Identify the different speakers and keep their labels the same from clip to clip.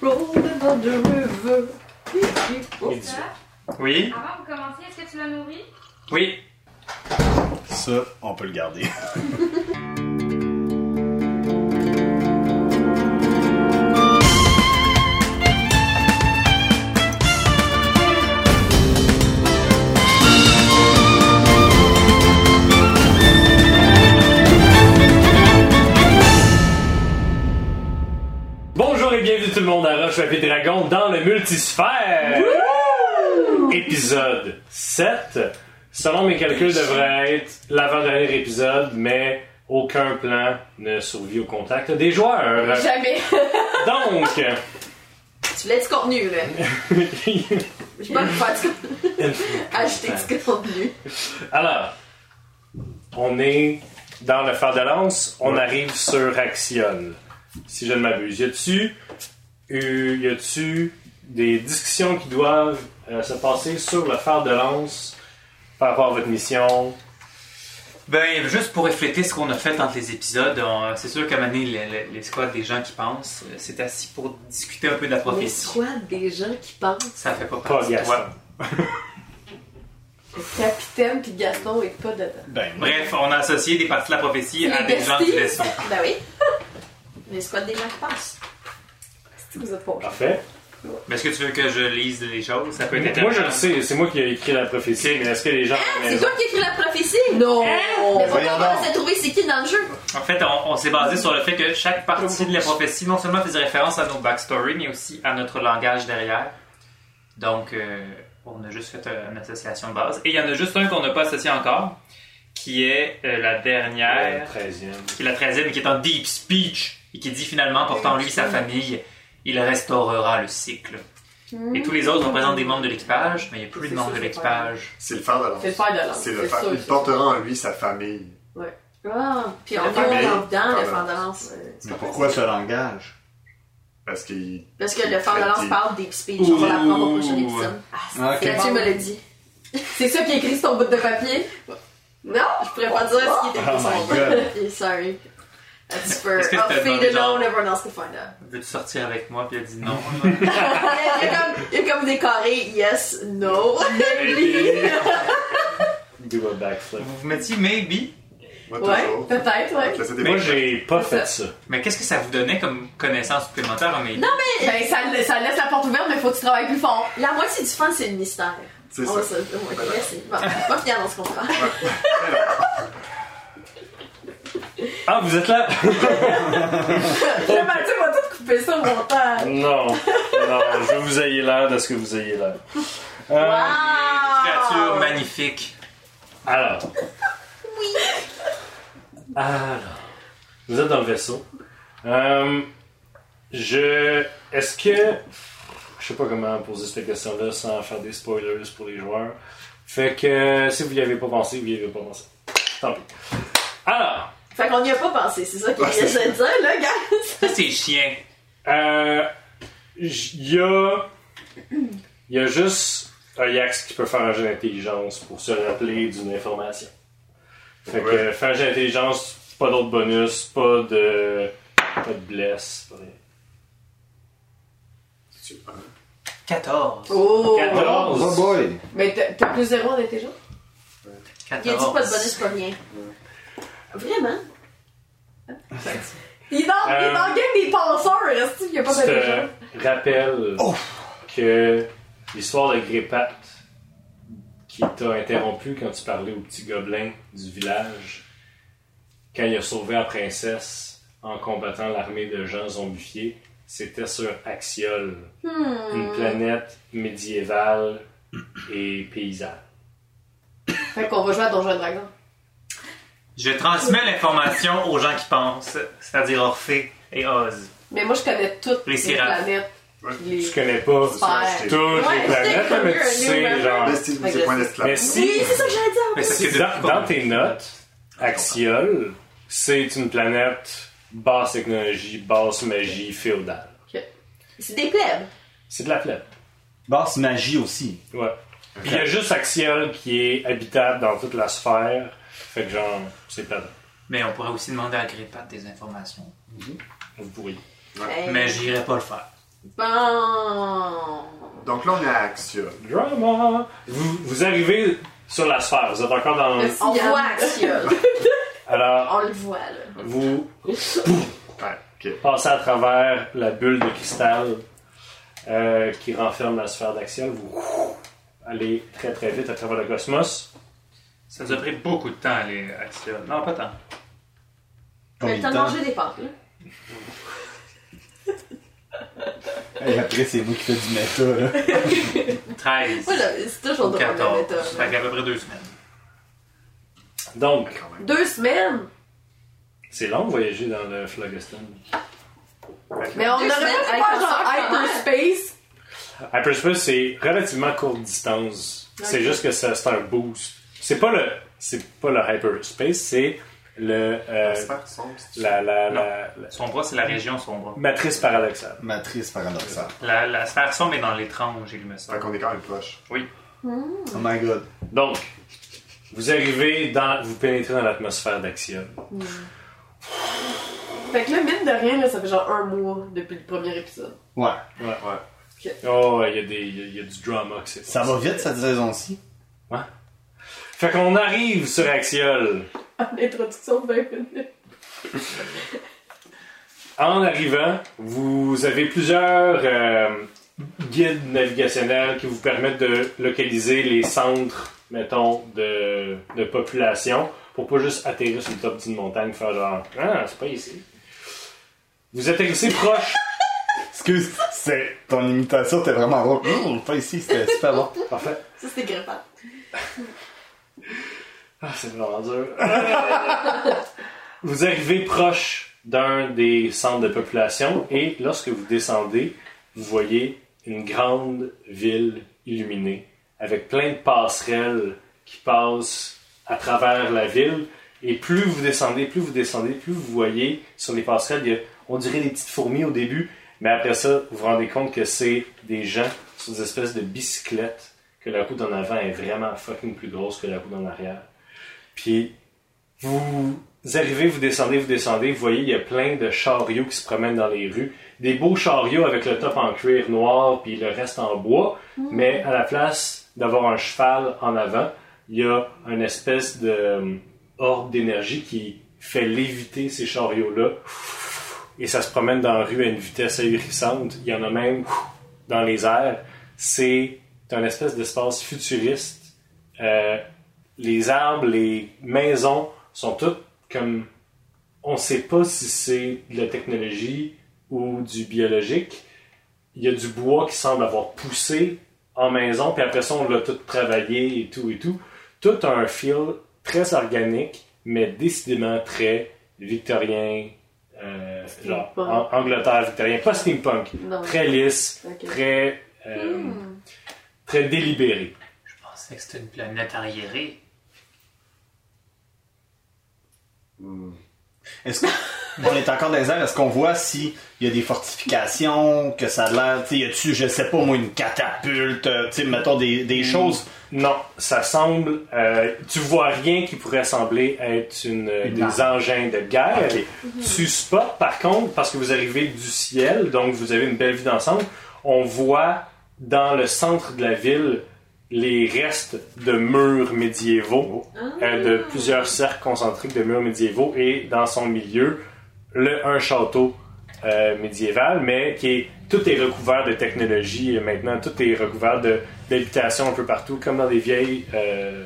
Speaker 1: Roll another river.
Speaker 2: Il dit-
Speaker 3: Stop.
Speaker 2: Oui,
Speaker 3: Avant que vous commenciez, est-ce que tu l'as nourri?
Speaker 2: oui.
Speaker 4: Ça, on peut le garder.
Speaker 2: Bonjour et bienvenue tout le monde à Roche Papier Dragon dans le multisphère. Épisode 7. Selon mes calculs, devrait être l'avant-dernier épisode, mais aucun plan ne survit au contact des joueurs.
Speaker 5: Jamais.
Speaker 2: Donc,
Speaker 5: Tu l'as du contenu, là. Je vais pas faire du ajouter du contenu.
Speaker 2: alors, on est dans le fer de lance, on arrive sur Axion. Si je ne m'abuse, y a-tu eu- y a-tu des discussions qui doivent euh, se passer sur le fer de lance par rapport à votre mission?
Speaker 6: Ben, juste pour refléter ce qu'on a fait entre les épisodes, on- c'est sûr qu'à Mané, les squads des gens qui pensent, euh, c'est assis pour discuter un peu de la
Speaker 5: Les
Speaker 6: prophétie.
Speaker 5: squads des gens qui pensent
Speaker 6: Ça fait pas
Speaker 2: Pas
Speaker 6: partie de
Speaker 2: Gaston.
Speaker 6: toi.
Speaker 5: que le capitaine puis Gaston est pas dedans.
Speaker 4: Ben, non.
Speaker 6: Bref, on a associé des parties de la prophétie à
Speaker 5: Les
Speaker 6: des gens du
Speaker 5: besties.
Speaker 6: vaisseau.
Speaker 5: Ben oui. Les squads des gens qui pensent. C'est que vous êtes fort.
Speaker 2: Parfait.
Speaker 6: Mais est-ce que tu veux que je lise les choses? Ça peut être
Speaker 2: Moi, je le
Speaker 6: intéressant.
Speaker 2: sais, c'est moi qui ai écrit la prophétie, mais est-ce que les gens. à la
Speaker 5: C'est
Speaker 2: maison-
Speaker 5: toi qui écris la prophétie? Non! Mais
Speaker 4: Voyons
Speaker 5: pourquoi on va
Speaker 4: donc.
Speaker 5: se trouver c'est qui dans le jeu?
Speaker 6: En fait, on, on s'est basé sur le fait que chaque partie de la prophétie non seulement faisait référence à nos backstories, mais aussi à notre langage derrière. Donc, euh, on a juste fait euh, une association de base. Et il y en a juste un qu'on n'a pas associé encore, qui est euh, la
Speaker 2: Euh,
Speaker 6: dernière.
Speaker 2: 13e.
Speaker 6: qui est la 13e et qui est en deep speech et qui dit finalement, portant en lui
Speaker 5: Mmh.
Speaker 6: sa famille, il restaurera le cycle. Et tous les autres représentent des membres de l'équipage, mais il n'y a plus de
Speaker 5: Mmh. C'est
Speaker 6: membres
Speaker 5: sûr,
Speaker 6: de
Speaker 5: c'est
Speaker 6: l'équipage.
Speaker 7: C'est le fer de lance.
Speaker 5: C'est le faire de lance.
Speaker 7: C'est le fer.
Speaker 5: sûr,
Speaker 7: Il
Speaker 5: c'est
Speaker 7: portera en lui sa famille.
Speaker 5: sûr. Ah, puis on est
Speaker 7: Le faire de
Speaker 5: dedans,
Speaker 7: lance.
Speaker 5: le
Speaker 7: Faire de
Speaker 5: faire de
Speaker 7: lance.
Speaker 5: lance. euh, tu
Speaker 4: Mais
Speaker 5: comprends?
Speaker 4: pourquoi ce langage?
Speaker 7: Parce qu'il.
Speaker 5: Parce que le faire de lance
Speaker 7: Traité.
Speaker 5: parle des speech.
Speaker 6: Ouh.
Speaker 5: On va l'apprendre au prochain épisode.
Speaker 4: Ah, ok.
Speaker 5: Mathieu me l'a dit. C'est ça qui écrit sur ton bout de papier? Non, je pourrais pas dire ce qui est écrit sur mon
Speaker 4: Oh
Speaker 5: bout
Speaker 4: my
Speaker 5: de
Speaker 4: God.
Speaker 5: papier, sorry. That's for
Speaker 6: Est-ce que
Speaker 5: I'll
Speaker 6: c'était
Speaker 5: feed
Speaker 6: dans le
Speaker 5: it
Speaker 6: genre-
Speaker 5: on, everyone else will find out.
Speaker 6: Veux-tu sortir avec moi? Puis elle dit non.
Speaker 5: il, y a comme, il y a comme des carrés, yes, no.
Speaker 2: Maybe. Do a backflip.
Speaker 6: vous vous mettiez maybe,
Speaker 7: Moi,
Speaker 5: ouais,
Speaker 7: toujours.
Speaker 5: peut-être,
Speaker 7: Fait
Speaker 5: ouais.
Speaker 7: que là, c'est des
Speaker 2: Moi,
Speaker 7: bonnes-
Speaker 2: j'ai pas fait ça.
Speaker 6: mais qu'est-ce que ça vous donnait comme connaissance supplémentaire Oh, en maybe? Non,
Speaker 8: Ben, ça, la- ça laisse la porte ouverte, mais faut que tu travailles plus fort.
Speaker 5: La moitié du fun, c'est le mystère.
Speaker 7: C'est
Speaker 5: On va
Speaker 7: ça.
Speaker 5: se le ouais, merci. Bon, on va finir dans ce qu'on fait.
Speaker 2: Ah, vous êtes là?
Speaker 8: Le Mathieu va tout couper ça au montage.
Speaker 2: Non, non, je veux que vous ayez l'air de ce que vous ayez l'air. Euh,
Speaker 6: Créature magnifique.
Speaker 2: Alors. Alors. Vous êtes dans le vaisseau. Euh, je. Est-ce que. Je sais pas comment poser cette question-là sans faire des spoilers pour les joueurs. Fait que si vous n'y avez pas pensé, vous n'y avez pas pensé. Tant pis. Alors.
Speaker 5: Fait qu'on n'y a pas pensé, c'est ça qu'il
Speaker 7: Ouais, c'est
Speaker 5: essaie de dire, là, gars.
Speaker 6: Ça, c'est chien.
Speaker 2: Euh, j- Il y a. Il y a juste un Yax qui peut faire un jeu d'intelligence pour se rappeler d'une information. Fait que
Speaker 7: Ouais.
Speaker 2: faire un jeu d'intelligence, pas d'autres bonus, pas de. Pas de bless, pas rien.
Speaker 6: 14.
Speaker 8: Oh!
Speaker 2: 14!
Speaker 4: Oh boy!
Speaker 8: Mais t'as t'as plus zéro en intelligence?
Speaker 5: Il a dit
Speaker 6: 14.
Speaker 5: pas de bonus pour rien. Vraiment?
Speaker 8: Il est dans, il est
Speaker 2: Euh,
Speaker 8: dans le game des penseurs, reste il y a pas
Speaker 2: Tu
Speaker 8: d'intelligence.
Speaker 2: te rappelles que l'histoire de Grépat qui t'a interrompu quand tu parlais au petit gobelin du village, quand il a sauvé la princesse en combattant l'armée de gens zombifiés, c'était sur Axiol,
Speaker 8: Mm. Hmm.
Speaker 2: une planète médiévale et paysanne.
Speaker 8: Fait qu'on va jouer à Donjon et Dragon.
Speaker 6: Je transmets l'information aux gens qui pensent, c'est-à-dire Orphée et Oz.
Speaker 8: Mais moi, je connais toutes
Speaker 6: Les
Speaker 8: les,
Speaker 6: sirènes.
Speaker 8: planètes.
Speaker 7: Ouais.
Speaker 8: Les...
Speaker 2: Tu connais pas
Speaker 7: C'est ça,
Speaker 8: Ouais.
Speaker 7: c'est-
Speaker 2: toutes
Speaker 8: Ouais,
Speaker 2: les planètes,
Speaker 8: c'était hein.
Speaker 2: mais tu
Speaker 8: Kruger,
Speaker 2: sais,
Speaker 8: Newman.
Speaker 2: genre.
Speaker 7: Mais c'est-
Speaker 5: Fait que
Speaker 7: c'est
Speaker 5: là,
Speaker 7: point
Speaker 5: c'est-
Speaker 7: d'esclave.
Speaker 2: Mais si-
Speaker 5: Oui, c'est ça que j'allais dire.
Speaker 6: Mais ça, c'est
Speaker 2: Dans,
Speaker 6: depuis-
Speaker 2: dans tes notes, Axiol, c'est une planète basse technologie, basse magie, féodale.
Speaker 5: C'est des plebs.
Speaker 2: C'est de la plaine.
Speaker 4: Basse magie aussi.
Speaker 2: Ouais. Puis il y a juste Axiol qui est habitable dans toute la sphère. Fait que genre, c'est pas
Speaker 6: Mais on pourrait aussi demander à Grippat des informations.
Speaker 2: Vous pourriez.
Speaker 5: Hey.
Speaker 6: Mais j'irai pas le faire.
Speaker 5: Bon.
Speaker 7: Donc là, on est à Axia.
Speaker 2: Drama! Vous, vous arrivez sur la sphère, vous êtes encore dans.
Speaker 5: On voit Axiol.
Speaker 2: Alors,
Speaker 5: On le voit, là.
Speaker 2: vous
Speaker 7: Ouais, ok.
Speaker 2: passez à travers la bulle de cristal euh, qui renferme la sphère d'axial. Vous allez très très vite à travers le cosmos.
Speaker 6: Ça nous a pris beaucoup de temps, les Axia. Non, pas tant.
Speaker 5: Mais le temps de manger des pâtes, là.
Speaker 4: Et Eh, après, c'est vous qui faites du méta, là.
Speaker 6: 13.
Speaker 5: Voilà, c'est toujours
Speaker 6: ou
Speaker 5: drôle, la
Speaker 6: 14.
Speaker 5: méthode,
Speaker 6: Ça
Speaker 5: là.
Speaker 6: fait à peu près deux semaines.
Speaker 2: Donc,
Speaker 7: Quand même.
Speaker 5: Deux semaines?
Speaker 2: c'est long de voyager dans le Phlogiston.
Speaker 5: Mais on
Speaker 8: On
Speaker 5: aurait
Speaker 8: aurait pu faire genre hyperspace.
Speaker 2: Hyperspace, c'est relativement courte distance. C'est
Speaker 5: Ok.
Speaker 2: juste que ça- c'est un boost. C'est pas le, c'est pas le hyperspace, c'est le euh,
Speaker 7: La sphère sombre, c'est-
Speaker 2: la, la, la- la
Speaker 6: Son bras, c'est la région, son bras.
Speaker 2: matrice paradoxale.
Speaker 4: Matrice paradoxale.
Speaker 6: La, la sphère sombre est dans l'étrange, il me
Speaker 7: Fait
Speaker 6: semble.
Speaker 7: qu'on est quand même proche.
Speaker 4: Oh my god.
Speaker 2: Donc, vous arrivez dans, vous pénétrez dans l'atmosphère d'Axiom.
Speaker 8: Fait que là, mine de rien, là, ça fait genre un mois depuis le premier épisode.
Speaker 4: Ouais.
Speaker 2: Ouais, ouais. Oh, il y, a des- il y a- il y a du drama que c'est.
Speaker 4: Ça va vite, cette saison-ci.
Speaker 2: Fait qu'on arrive sur Axiol.
Speaker 8: En introduction de 20 minutes.
Speaker 2: En arrivant, vous avez plusieurs euh, guides navigationnels qui vous permettent de localiser les centres, mettons, de, de population pour pas juste atterrir sur le top d'une montagne faire genre Ah, c'est pas ici. Vous atterrissez proche.
Speaker 4: Excuse, c'est... Ton imitation était vraiment bon. Mmh, pas ici, c'était super bon.
Speaker 2: Parfait.
Speaker 5: Ça, c'était grippant.
Speaker 2: Ah, c'est vraiment dur. vous arrivez proche d'un des centres de population et lorsque vous descendez, vous voyez une grande ville illuminée avec plein de passerelles qui passent à travers la ville. Et plus vous descendez, plus vous descendez, plus vous voyez sur les passerelles, il y a, on dirait des petites fourmis au début, mais après ça, vous vous rendez compte que c'est des gens sur des espèces de bicyclettes, que la roue d'en avant est vraiment fucking plus grosse que la roue d'en arrière. Puis vous arrivez, vous descendez, vous descendez, vous voyez, il y a plein de chariots qui se promènent dans les rues. Des beaux chariots avec le top en cuir noir, puis le reste en bois. Mais à la place d'avoir un cheval en avant, il y a une espèce de euh, orbe d'énergie qui fait léviter ces chariots-là. Et ça se promène dans la rue à une vitesse ahurissante. Il y en a même dans les airs. C'est un espèce d'espace futuriste. Euh, les arbres, les maisons sont toutes comme. On sait pas si c'est de la technologie ou du biologique. Il y a du bois qui semble avoir poussé en maison, puis après ça, on l'a tout travaillé et tout et tout. Tout a un feel très organique, mais décidément très victorien, euh, genre
Speaker 8: Steampunk.
Speaker 2: An- Angleterre victorien, pas steampunk,
Speaker 8: Non.
Speaker 2: très lisse,
Speaker 8: Ok.
Speaker 2: très, euh, très délibéré.
Speaker 6: Je pensais que c'était une planète arriérée.
Speaker 4: Est-ce qu'on est encore dans les airs? Est-ce qu'on voit s'il y a des fortifications, que ça a l'air... Tu sais, y a-tu, je sais pas moi, une catapulte, euh, tu sais, mettons des, des choses...
Speaker 2: Non, ça semble. euh, tu vois rien qui pourrait sembler être une, euh, des engins de guerre.
Speaker 4: Ok.
Speaker 2: Tu spots, par contre, parce que vous arrivez du ciel, donc vous avez une belle vue d'ensemble, on voit dans le centre de la ville les restes de murs médiévaux, euh, de
Speaker 8: Ah.
Speaker 2: plusieurs cercles concentriques de murs médiévaux, et dans son milieu, le, un château euh, médiéval, mais qui est tout est recouvert de technologie euh, maintenant, tout est recouvert de d'habitation un peu partout, comme dans les vieilles euh,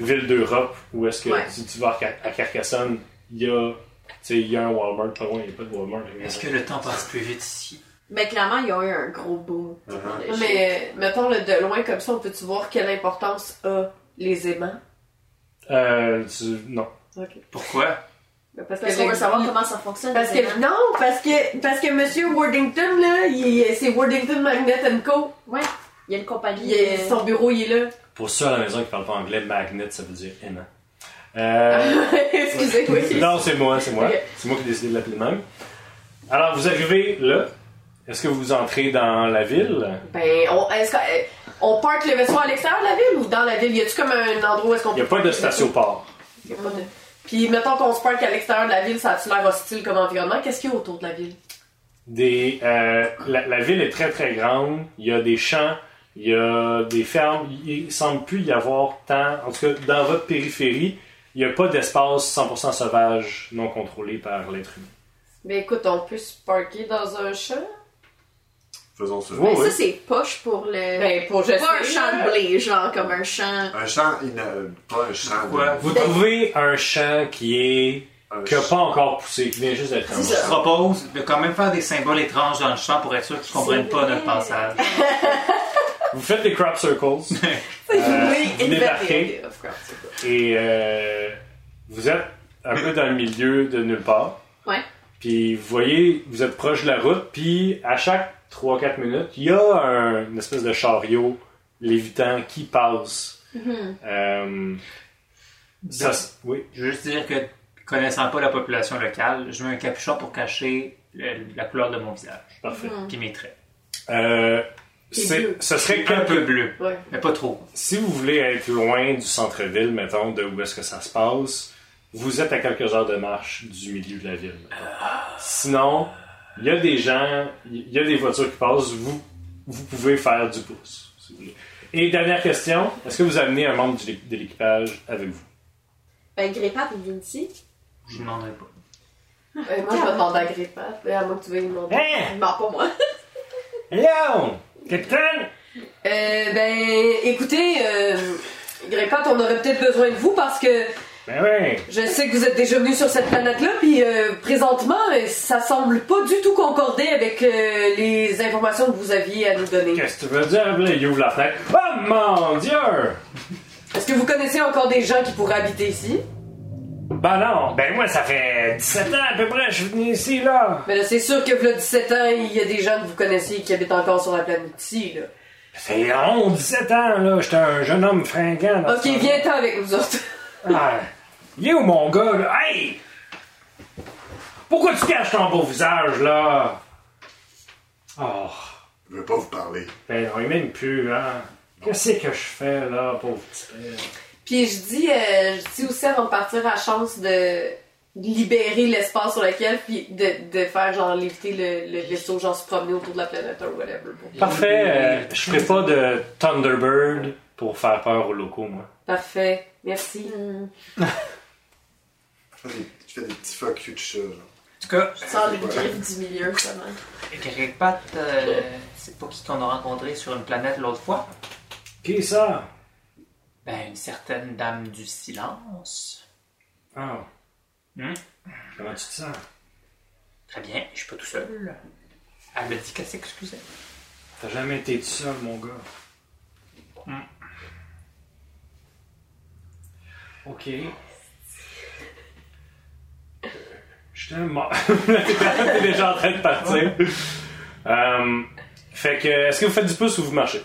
Speaker 2: villes d'Europe, où est-ce que
Speaker 5: Ouais.
Speaker 2: si tu vas à, Car- à Carcassonne, il y a, tu sais, il y a un Walmart, pas loin, il n'y a pas de Walmart. mais-
Speaker 6: Est-ce que le temps passe plus vite ici?
Speaker 5: Mais clairement, il y a eu un gros boom.
Speaker 8: Non, Mais mettons le de loin comme ça, on peut-tu voir quelle importance a les aimants?
Speaker 2: Euh, tu- non.
Speaker 8: Ok.
Speaker 6: Pourquoi?
Speaker 8: Ben, Parce,
Speaker 5: Parce
Speaker 8: que
Speaker 5: qu'on veut
Speaker 8: les-
Speaker 5: savoir comment ça fonctionne.
Speaker 8: Parce
Speaker 5: les
Speaker 8: que
Speaker 5: aimants.
Speaker 8: non, parce que parce que Monsieur Worthington là, il- c'est Worthington Magnet Co.
Speaker 5: Ouais. Il y a une compagnie.
Speaker 8: Il est-
Speaker 5: euh,
Speaker 8: son bureau il est là.
Speaker 2: Pour ceux à la maison qui ne parlent pas anglais, magnet, ça veut dire aimant.
Speaker 6: Ah,
Speaker 2: Euh,
Speaker 8: Excusez, moi
Speaker 2: non, c'est moi, c'est moi.
Speaker 8: Ok.
Speaker 2: C'est moi qui ai décidé de l'appeler de même. Alors, vous arrivez là. Est-ce que vous entrez dans la ville?
Speaker 8: Ben, on, est-ce que- euh, on parque le vaisseau à l'extérieur de la ville ou dans la ville? Y a-tu comme un endroit où est-ce qu'on
Speaker 2: Il n'y a pas de statioport.
Speaker 8: Y a pas de- Puis mettons qu'on se parque à l'extérieur de la ville, ça a-tu l'air hostile comme environnement? Qu'est-ce qu'il y a autour de la ville?
Speaker 2: des, euh, la, la ville est très très grande. Il y a des champs, il y a des fermes. Il, il semble plus y avoir tant. En tout cas, dans votre périphérie, il n'y a pas d'espace 100% sauvage non contrôlé par l'être humain.
Speaker 8: Mais Ben, écoute, on peut se parker dans un champ.
Speaker 7: Faisons ça.
Speaker 2: Oui,
Speaker 5: Mais
Speaker 2: oui.
Speaker 5: ben, ça, c'est poche pour le.
Speaker 8: Ben, pour je
Speaker 5: pas un
Speaker 8: sais,
Speaker 5: champ
Speaker 8: là.
Speaker 5: de blé, genre, comme un champ.
Speaker 7: Un champ, il n'a pas un champ.
Speaker 6: Pourquoi?
Speaker 2: Vous trouvez un champ qui est
Speaker 7: Un
Speaker 2: qui n'a
Speaker 7: champ.
Speaker 2: pas encore poussé, qui vient juste d'être en
Speaker 6: Je propose de quand même faire des symboles étranges dans le champ pour être sûr qu'ils ne comprennent pas notre passage.
Speaker 2: Vous faites des crop circles Euh,
Speaker 8: Oui,
Speaker 2: vous débarquez.
Speaker 8: ok, of course, c'est cool.
Speaker 2: et euh, vous êtes un peu dans le milieu de nulle part.
Speaker 5: Ouais.
Speaker 2: Puis vous voyez, vous êtes proche de la route, puis à chaque 3-4 minutes, il y a un, une espèce de chariot lévitant qui passe. Euh, ça s- oui.
Speaker 6: Je veux juste dire que, connaissant pas la population locale, je mets un capuchon pour cacher le- la couleur de mon visage,
Speaker 2: Parfait.
Speaker 6: puis mes traits.
Speaker 2: Euh, c'est- ce serait
Speaker 6: Un
Speaker 2: que
Speaker 6: peu bleu,
Speaker 8: Ouais.
Speaker 6: mais pas trop.
Speaker 2: si vous voulez être loin du centre-ville, mettons, de où est-ce que ça se passe, vous êtes à quelques heures de marche du milieu de la ville. mettons. Sinon, il y a des gens, il y a des voitures qui passent, vous, vous pouvez faire du pouce, si vous voulez. Et dernière question, est-ce que vous amenez un membre du- de l'équipage avec vous?
Speaker 5: Ben, Grépap, il vient ici.
Speaker 6: Je ne demanderai pas.
Speaker 8: Euh, moi, je vais demander à Grippa. Mais Ben, à moi que tu veuilles me demander.
Speaker 2: Hein?
Speaker 8: Il ment pas, moi.
Speaker 2: Hello! Capitaine!
Speaker 8: Euh, ben, écoutez, euh, Grippa, on aurait peut-être besoin de vous parce que
Speaker 2: Ben oui!
Speaker 8: je sais que vous êtes déjà venu sur cette planète-là, puis euh, présentement, euh, ça semble pas du tout concorder avec euh, les informations que vous aviez à nous donner.
Speaker 2: Qu'est-ce que tu veux dire? Là, il ouvre la fenêtre. Oh mon dieu!
Speaker 8: Est-ce que vous connaissez encore des gens qui pourraient habiter ici?
Speaker 2: Ben non, ben moi ça fait 17 ans à peu près, je suis venu ici là!
Speaker 8: Mais là, c'est sûr que vous, le 17 ans, il y a des gens que vous connaissez qui habitent encore sur la planète ici, là.
Speaker 2: Ça fait 11, 17 ans, là. J'étais un jeune homme fringant. dans
Speaker 8: Ok,
Speaker 2: ce temps-là.
Speaker 8: viens-t'en avec nous autres.
Speaker 2: Ah, il est où, mon gars, là? Hey! Pourquoi tu caches ton beau visage, là? Oh,
Speaker 7: Je veux pas vous parler.
Speaker 2: ben non, il m'aime plus, hein. Qu'est-ce que je fais, là, pauvre petit père?
Speaker 8: Puis je dis, euh, je dis aussi avant de partir à chance de libérer l'espace sur lequel, puis de, de faire genre léviter le, le vaisseau, genre se promener autour de la planète ou whatever. bon.
Speaker 2: Parfait, euh, je ferai pas de Thunderbird pour faire peur aux locaux, moi.
Speaker 8: Parfait, merci.
Speaker 7: Je fais des, je fais des petits fuck you de chat, genre.
Speaker 6: En tout cas,
Speaker 5: Sans les griffes du milieu, vraiment.
Speaker 6: Grépat, euh, c'est pas qui qu'on a rencontré sur une planète l'autre fois?
Speaker 2: Qui ça?
Speaker 6: Ben, une certaine dame du silence.
Speaker 2: Ah.
Speaker 6: Hmm?
Speaker 2: Comment tu te sens?
Speaker 6: Très bien, je suis pas tout seul. Elle me dit qu'elle s'excusait.
Speaker 2: T'as jamais été tout seul, mon gars. Ok. Euh, J'étais mort. T'es déjà en train de partir. Euh, fait que, est-ce que vous faites du pouce ou vous marchez?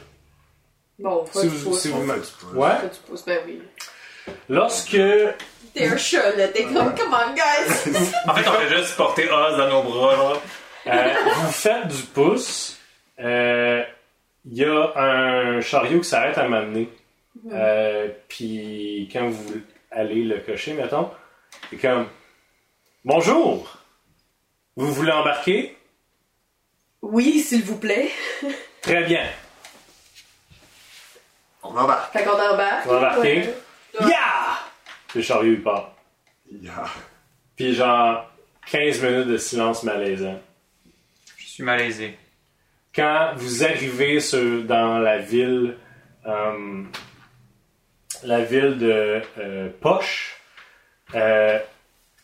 Speaker 8: Bon, faut
Speaker 2: Si
Speaker 8: que tu
Speaker 2: vous-
Speaker 8: pousses.
Speaker 2: si vous
Speaker 8: faut
Speaker 2: me-
Speaker 7: Ouais.
Speaker 2: Ouais.
Speaker 8: que tu pousses, ben oui.
Speaker 2: Lorsque.
Speaker 5: T'es un chat, là. T'es comme, come on, guys!
Speaker 6: En fait, on fait juste porter Oz dans nos bras, là.
Speaker 2: Euh, vous faites du pouce. euh, Il y a un chariot qui s'arrête à m'amener. Euh, Puis quand vous allez le cocher, mettons, c'est comme Bonjour! Vous voulez embarquer?
Speaker 8: Oui, s'il vous plaît.
Speaker 2: Très bien.
Speaker 7: On embarque.
Speaker 8: Fait qu'on embarque.
Speaker 2: Vous embarquez?
Speaker 8: Ouais.
Speaker 2: Yeah! Le chariot il part.
Speaker 7: Yeah.
Speaker 2: Puis genre 15 minutes de silence malaisant.
Speaker 6: Je suis malaisé.
Speaker 2: quand vous arrivez sur- dans la ville, euh, la ville de euh, Poche, euh,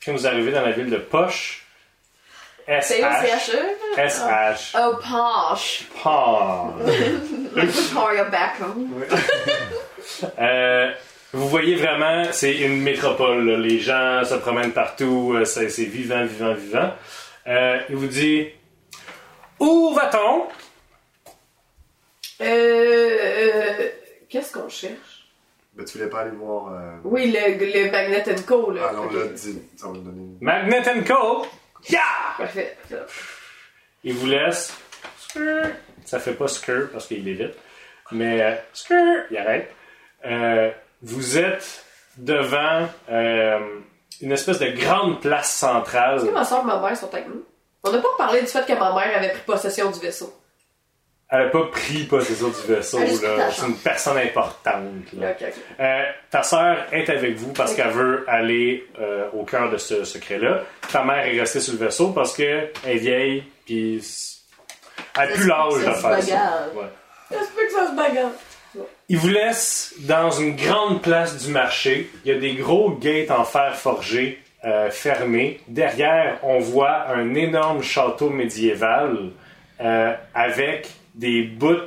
Speaker 2: quand vous arrivez dans la ville de Poche,
Speaker 5: C'est E?
Speaker 2: SH,
Speaker 8: E?
Speaker 5: E-C-H-E?
Speaker 2: SH,
Speaker 5: Oh, posh!
Speaker 2: Poche.
Speaker 5: Victoria Beckham.
Speaker 2: Euh, vous voyez vraiment, c'est une métropole. là. Les gens se promènent partout. euh, C'est c'est vivant, vivant, vivant. Euh, il vous dit Où va-t-on
Speaker 8: Euh, euh, Qu'est-ce qu'on cherche?
Speaker 7: Mais Ben, tu voulais pas aller voir. Euh...
Speaker 8: Oui, le, le Magnet and Co, là.
Speaker 7: Ah, non,
Speaker 8: Ok.
Speaker 7: là, dis. Ça va me donner une.
Speaker 2: Magnet and Co. Yeah!
Speaker 8: Parfait.
Speaker 2: Il vous laisse. Skrr. Ça fait pas skrr parce qu'il est vite. Mais euh, skrr, il arrête. Euh, vous êtes devant euh, une espèce de grande place centrale.
Speaker 8: Est-ce que ma soeur et ma mère sont avec nous? On n'a pas parlé du fait que ma mère avait pris possession du vaisseau.
Speaker 2: Elle n'a pas pris possession du vaisseau,
Speaker 8: Elle a juste pris
Speaker 2: là.
Speaker 8: la
Speaker 2: C'est une personne importante, là.
Speaker 8: Ok, ok.
Speaker 2: Euh, ta sœur est avec vous parce
Speaker 8: Oui.
Speaker 2: qu'elle veut aller euh, au cœur de ce secret-là. Ta mère est restée sur le vaisseau parce qu'elle est vieille, puis s- elle n'a
Speaker 5: Ça
Speaker 2: plus
Speaker 5: se-
Speaker 2: l'âge
Speaker 5: ça
Speaker 2: de
Speaker 5: se
Speaker 2: faire ça.
Speaker 5: bagarre.
Speaker 2: Ouais.
Speaker 8: Ça se peut que ça se bagarre.
Speaker 2: Il vous laisse dans une grande place du marché. Il y a des gros gates en fer forgé euh, fermés. Derrière, on voit un énorme château médiéval euh, avec des bouts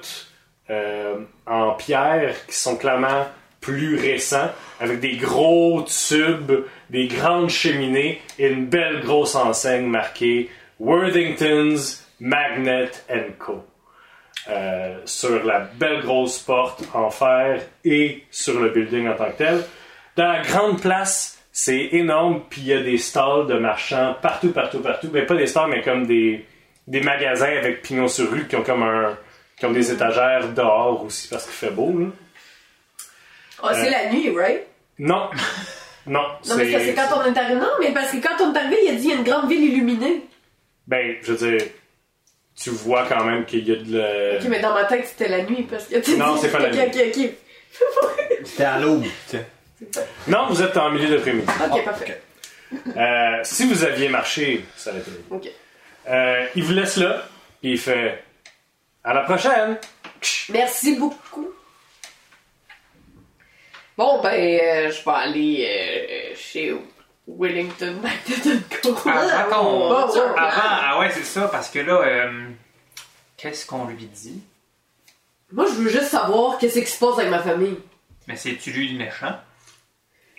Speaker 2: euh, en pierre qui sont clairement plus récents, avec des gros tubes, des grandes cheminées et une belle grosse enseigne marquée Worthington's Magnet Co euh, sur la belle grosse porte en fer et sur le building en tant que tel. Dans la grande place, c'est énorme, puis il y a des stalls de marchands partout, partout, partout. Ben, pas des stalls, mais comme des, des magasins avec pignon sur rue qui ont comme un qui ont des étagères dehors aussi parce qu'il fait beau. là.
Speaker 8: Ah, c'est
Speaker 2: Euh,
Speaker 8: la nuit, right?
Speaker 2: Non, non,
Speaker 8: Non, mais c'est parce
Speaker 2: c'est-
Speaker 8: que quand on est arrivé. Non, mais parce que quand on est arrivé, il a dit il y a une grande ville illuminée.
Speaker 2: Ben, je veux dire, tu vois quand même qu'il y a de la...
Speaker 8: Ok, mais dans ma tête, c'était la nuit parce que.
Speaker 2: Non, c'est pas la
Speaker 8: Ok, Ok, ok.
Speaker 4: C'était à l'aube, tu sais.
Speaker 2: Non, vous êtes en milieu d'après-midi.
Speaker 8: Ok, parfait.
Speaker 2: Euh, si vous aviez marché, ça aurait été mieux.
Speaker 8: Ok.
Speaker 2: Euh, il vous laisse là, puis il fait à la prochaine.
Speaker 8: Merci beaucoup. Bon, ben, euh, je vais aller euh, chez Wellington Magneton Co.
Speaker 6: Avant qu'on-
Speaker 8: Ah, Bon, ouais, ouais.
Speaker 6: Ah, Avant, ah ouais, c'est ça, parce que là, euh, qu'est-ce qu'on lui dit?
Speaker 8: Moi, je veux juste savoir qu'est-ce qui se passe avec ma famille.
Speaker 6: Mais c'est-tu lui le méchant?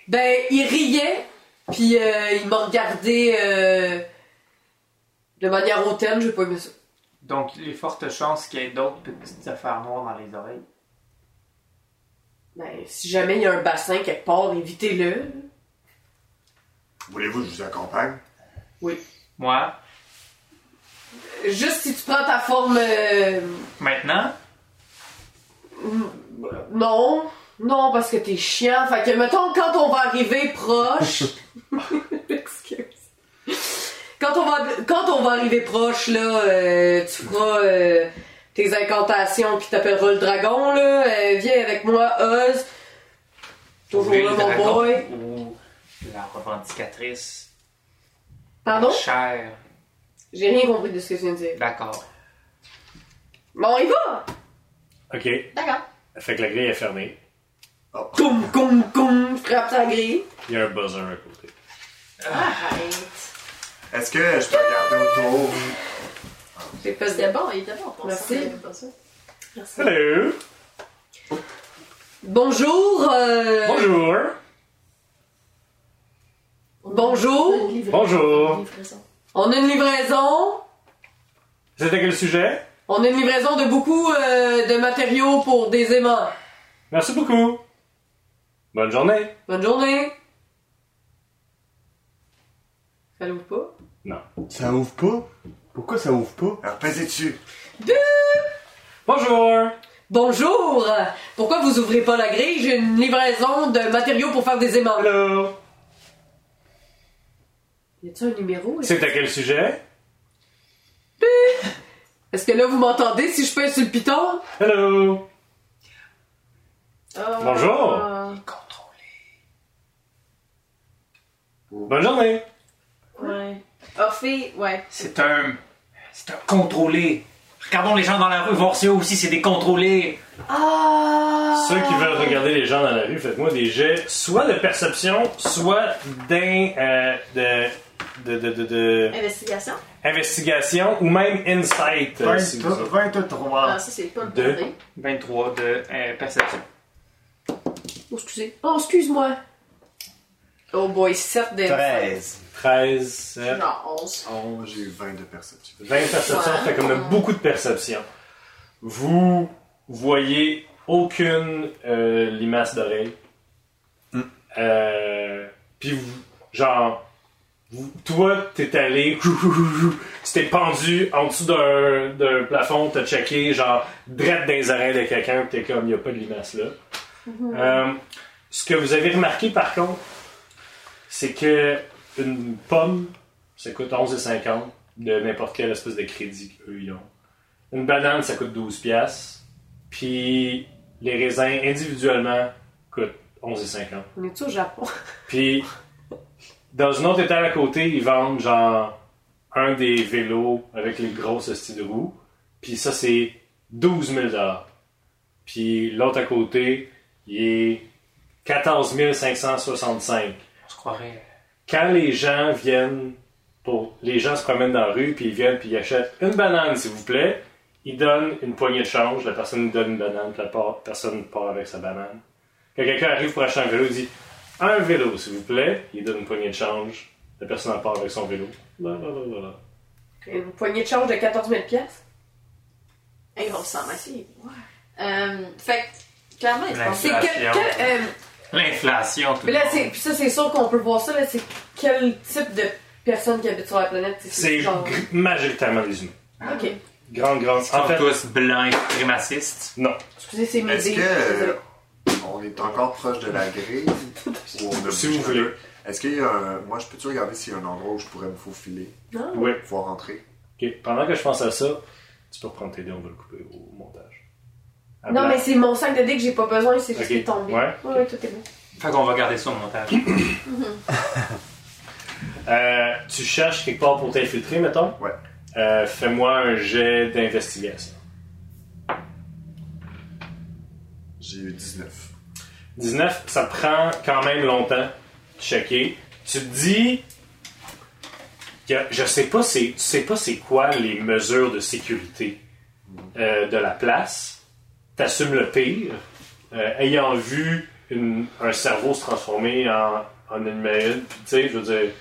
Speaker 8: Ben, il riait, puis euh, il m'a regardé euh, de manière hautaine, j'ai pas aimé ça.
Speaker 6: Donc, il est forte chance qu'il y ait d'autres petites affaires noires dans les oreilles.
Speaker 8: Ben, si jamais il y a un bassin quelque part, évitez-le.
Speaker 7: Voulez-vous que je vous accompagne?
Speaker 6: Moi,
Speaker 8: Juste si tu prends ta forme... euh,
Speaker 6: maintenant,
Speaker 8: non, non, parce que t'es chiant. Fait que, mettons, quand on va arriver proche... Excuse. Quand on, va, quand on va arriver proche, là, euh, tu feras euh, tes incantations puis t'appelleras le dragon, là. Euh, viens avec moi, Oz. Toujours
Speaker 6: ouvrir
Speaker 8: là,
Speaker 6: le
Speaker 8: mon
Speaker 6: dragon
Speaker 8: boy.
Speaker 6: Ou la revendicatrice.
Speaker 8: Pardon?
Speaker 6: Cher.
Speaker 8: J'ai rien compris de ce que tu viens de dire.
Speaker 6: D'accord.
Speaker 8: Bon, il va!
Speaker 2: OK.
Speaker 5: D'accord.
Speaker 2: Fait que la grille est fermée.
Speaker 8: Coum, coum, coum, frappe sa grille.
Speaker 2: Il y a un buzzer à côté.
Speaker 5: Arrête.
Speaker 7: Est-ce que je peux regarder autour?
Speaker 8: J'ai pas
Speaker 5: C'était bon, il était bon. pour
Speaker 8: Merci.
Speaker 5: ça, il aime pas ça. Merci.
Speaker 2: Hello!
Speaker 8: Bonjour! euh,
Speaker 2: Bonjour!
Speaker 8: Bonjour.
Speaker 2: Bonjour.
Speaker 8: On a une livraison.
Speaker 2: C'était quel sujet?
Speaker 8: On a une livraison de beaucoup euh, de matériaux pour des aimants.
Speaker 2: Merci beaucoup! Bonne journée!
Speaker 8: Bonne journée! Ça l'ouvre pas?
Speaker 4: Ça ouvre pas? Pourquoi ça ouvre pas?
Speaker 7: Alors, pesez dessus.
Speaker 2: Bonjour!
Speaker 8: Bonjour! Pourquoi vous ouvrez pas la grille? J'ai une livraison de matériaux pour faire des aimants.
Speaker 2: Hello!
Speaker 8: Y a-t-il un numéro? Est-ce-
Speaker 2: C'était quel sujet?
Speaker 8: Est-ce que là vous m'entendez si je pèse sur le piton?
Speaker 2: Hello!
Speaker 5: Ah.
Speaker 2: Bonjour. Bonne journée!
Speaker 5: Ouais. Orphée, Ah, ouais.
Speaker 6: C'est un. C'est un contrôlé. Regardons les gens dans la rue, voir si eux aussi c'est des contrôlés.
Speaker 5: Ah.
Speaker 2: Ceux qui veulent regarder les gens dans la rue, faites-moi des jets soit de perception, soit d'un. euh, de, de, de, de, de-
Speaker 5: Investigation.
Speaker 2: investigation ou même insight. euh, si vous avez.
Speaker 7: 23.
Speaker 5: Ah, ça, c'est pas le
Speaker 2: Deux.
Speaker 5: bon nom.
Speaker 6: 23 de euh, perception.
Speaker 8: Oh, excusez. Oh, excuse-moi. Oh boy, 7 des...
Speaker 4: 13.
Speaker 2: 13, 7,
Speaker 5: Non, 11.
Speaker 7: Moi, Oh, j'ai 20 de perception.
Speaker 2: 20 perceptions,
Speaker 5: Ouais.
Speaker 2: fait qu'on a beaucoup de perceptions. Vous voyez aucune euh, limace d'oreille. Euh, Puis, vous- genre, vous- toi, t'es allé, tu t'es pendu en dessous d'un d'un plafond, t'as checké, genre, drette dans les oreilles de quelqu'un, pis t'es comme, y a pas de limace là. Euh, ce que vous avez remarqué, par contre, c'est que une pomme, ça coûte 11,50. de n'importe quelle espèce de crédit qu'eux ils ont. Une banane, ça coûte 12 piastres. Puis les raisins individuellement coûtent 11,50.
Speaker 8: On est-tu au Japon?
Speaker 2: Puis dans une autre étale à côté, ils vendent genre un des vélos avec les grosses hosties de roues. Puis ça, c'est 12 000 Puis l'autre à côté, il est 14 565
Speaker 6: On se croirait.
Speaker 2: quand les gens viennent pour les gens se promènent dans la rue puis ils viennent puis ils achètent une banane s'il vous plaît ils donnent une poignée de change la personne lui donne une banane puis la part- personne part avec sa banane quand quelqu'un arrive pour acheter un vélo il dit un vélo s'il vous plaît il donne une poignée de change la personne en part avec son vélo Là, là, là, là, là.
Speaker 8: Une poignée de change de 14 000 pièces.
Speaker 5: Hey, on s'en massive. Euh, fait que, clairement, ils se pensent-
Speaker 8: C'est que, que- euh,
Speaker 6: L'inflation, tout
Speaker 8: mais là,
Speaker 6: le monde.
Speaker 8: c'est, puis ça, c'est sûr qu'on peut voir ça, là, c'est quel type de personne qui habite sur la planète.
Speaker 2: c'est
Speaker 8: genre-
Speaker 2: gr- majoritairement des humains
Speaker 8: Ok.
Speaker 2: grande grande
Speaker 6: Ils sont
Speaker 2: en fait
Speaker 6: tous blancs et primacistes.
Speaker 2: non
Speaker 8: Excusez, c'est mes
Speaker 7: Est-ce
Speaker 8: dés.
Speaker 7: que euh, on est encore proche de la grille ou on a
Speaker 2: Si
Speaker 7: bougé
Speaker 2: vous
Speaker 7: un
Speaker 2: voulez.
Speaker 7: peu? Est-ce qu'il y a un... Moi, je peux-tu regarder s'il y a un endroit où je pourrais me faufiler,
Speaker 8: Non.
Speaker 2: oui
Speaker 7: pouvoir rentrer?
Speaker 2: Ok. pendant que je pense à ça tu peux reprendre tes dés on va le couper au montage À
Speaker 8: Non,
Speaker 2: blanc.
Speaker 8: mais c'est mon sac de dés que j'ai pas besoin, c'est juste
Speaker 2: Ah, Ok.
Speaker 8: qu'il est tombé.
Speaker 2: Ouais.
Speaker 8: ouais, ouais, tout est bon.
Speaker 6: Fait qu'on va garder ça au montage.
Speaker 2: Euh, tu cherches quelque part pour t'infiltrer, mettons?
Speaker 7: Ouais.
Speaker 2: Euh, Fais-moi un jet d'investigation.
Speaker 7: J'ai eu 19.
Speaker 2: 19, ça te prend quand même longtemps de checker. Tu te dis que je sais pas c'est tu sais pas c'est quoi les mesures de sécurité euh, de la place. T'assumes le pire, Euh, ayant vu une- un cerveau se transformer en, en animal, tu sais, je veux dire,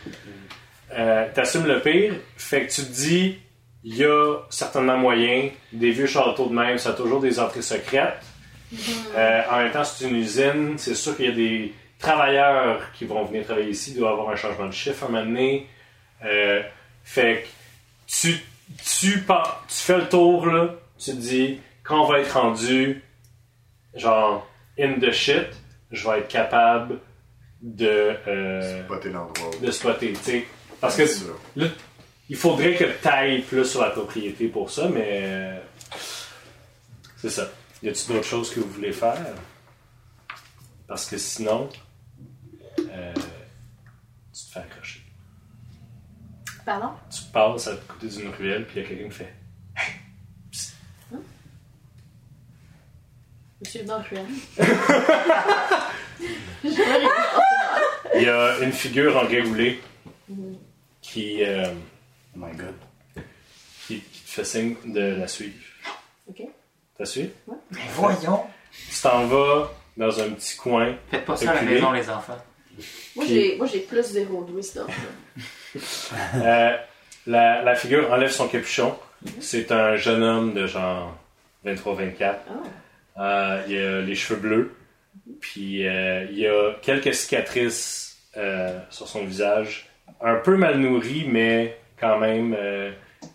Speaker 2: euh, t'assumes le pire, fait que tu te dis, il y a certainement moyen, des vieux châteaux de même, ça a toujours des entrées secrètes, euh, en même temps, c'est une usine. C'est sûr qu'il y a des travailleurs qui vont venir travailler ici. Il doit y avoir un changement de chiffre à un moment donné. Euh, fait que tu, tu, pars- tu fais le tour, là. Tu te dis, quand on va être rendu, genre, in the shit, je vais être capable de, euh,
Speaker 7: Spotter l'endroit où...
Speaker 2: de spotter. tu sais. Parce que
Speaker 7: C'est sûr.
Speaker 2: Là, il faudrait que tu ailles plus sur la propriété pour ça, mais. euh, C'est ça. Y a-t-il d'autres choses que vous voulez faire Parce que sinon. euh, tu te fais accrocher.
Speaker 5: Pardon?
Speaker 2: Tu passes à côté d'une ruelle, puis il y a quelqu'un qui fait.
Speaker 5: Monsieur Duncan.
Speaker 2: Il y a une figure en cagoulé qui, euh,
Speaker 4: Oh my god.
Speaker 2: qui, qui te fait signe de la suivre.
Speaker 5: Ok.
Speaker 2: T'as suivi
Speaker 6: Mais voyons!
Speaker 2: Tu t'en vas dans un petit coin.
Speaker 6: Faites pas ça à la
Speaker 2: Reculez.
Speaker 6: maison, les enfants.
Speaker 5: Moi,
Speaker 2: Puis-
Speaker 5: j'ai, moi, j'ai plus zéro de wisdom.
Speaker 2: Euh, la, la figure enlève son capuchon. C'est un jeune homme de genre 23-24. Euh, il a les cheveux bleus. Puis euh, il y a quelques cicatrices euh, sur son visage. Un peu mal nourri, mais quand même euh,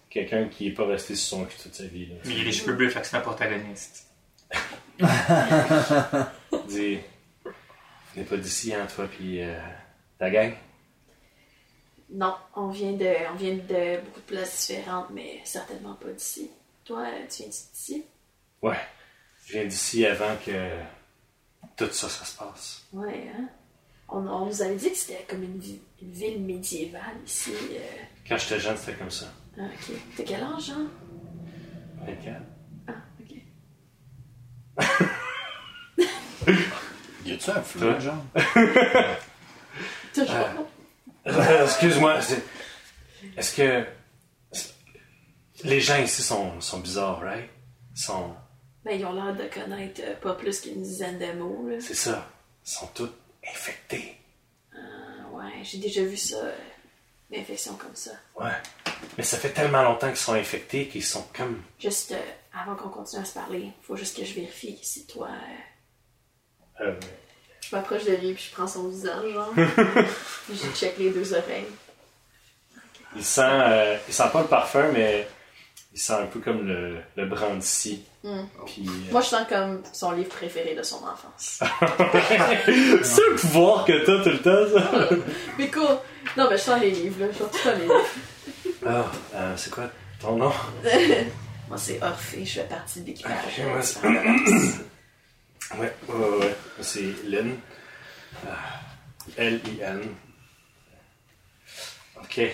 Speaker 2: quelqu'un qui n'est pas resté sur son cul toute sa vie. là.
Speaker 6: Mais il a les cheveux bleus, fait que c'est un protagoniste.
Speaker 2: Il dit Venez pas d'ici, hein, toi, puis euh, ta gang.
Speaker 5: non, on vient, de, on vient de beaucoup de places différentes, mais certainement pas d'ici. Toi, tu viens d'ici?
Speaker 2: Ouais, je viens d'ici avant que tout ça, ça se passe.
Speaker 5: Ouais, hein? On, on nous avait dit que c'était comme une, vi- une ville médiévale ici. euh.
Speaker 2: Quand j'étais jeune, c'était comme ça.
Speaker 5: Ah, ok. T'as quel âge, hein?
Speaker 2: 24.
Speaker 5: Ah, ok.
Speaker 4: Y a-tu un flou, genre
Speaker 5: Toujours.
Speaker 2: Euh, Excuse-moi. c'est- Est-ce que. c'est- Les gens ici sont, sont bizarres, right? Ils Sont...
Speaker 5: Ben, ils ont l'air de connaître euh, pas plus qu'une dizaine de mots, là.
Speaker 2: C'est ça. Ils sont tous infectés.
Speaker 5: Ah, ouais, j'ai déjà vu ça, euh, une infection comme ça.
Speaker 2: Ouais. Mais ça fait tellement longtemps qu'ils sont infectés qu'ils sont comme.
Speaker 5: Juste euh, avant qu'on continue à se parler, faut juste que je vérifie si toi. euh,
Speaker 2: euh,
Speaker 5: Je m'approche de lui puis je prends son visage, genre. Puis je check les deux oreilles.
Speaker 2: il sent. euh, il sent pas le parfum, mais il sent un peu comme le, le brandy.
Speaker 5: Mm.
Speaker 2: Puis. euh,
Speaker 5: Moi, je sens comme son livre préféré de son enfance.
Speaker 2: C'est le pouvoir que t'as tout le temps, ça!
Speaker 5: Mais cool! Non, mais je sens les livres, là. Je sens tout le temps les livres.
Speaker 2: Ah, euh, c'est quoi ton nom?
Speaker 5: Moi, c'est Orphée, je fais partie de l'équipage.
Speaker 2: Ok, moi, c'est- Ouais, ouais, ouais. ouais. C'est Lynn. Ah, L-I-N. Ok. euh,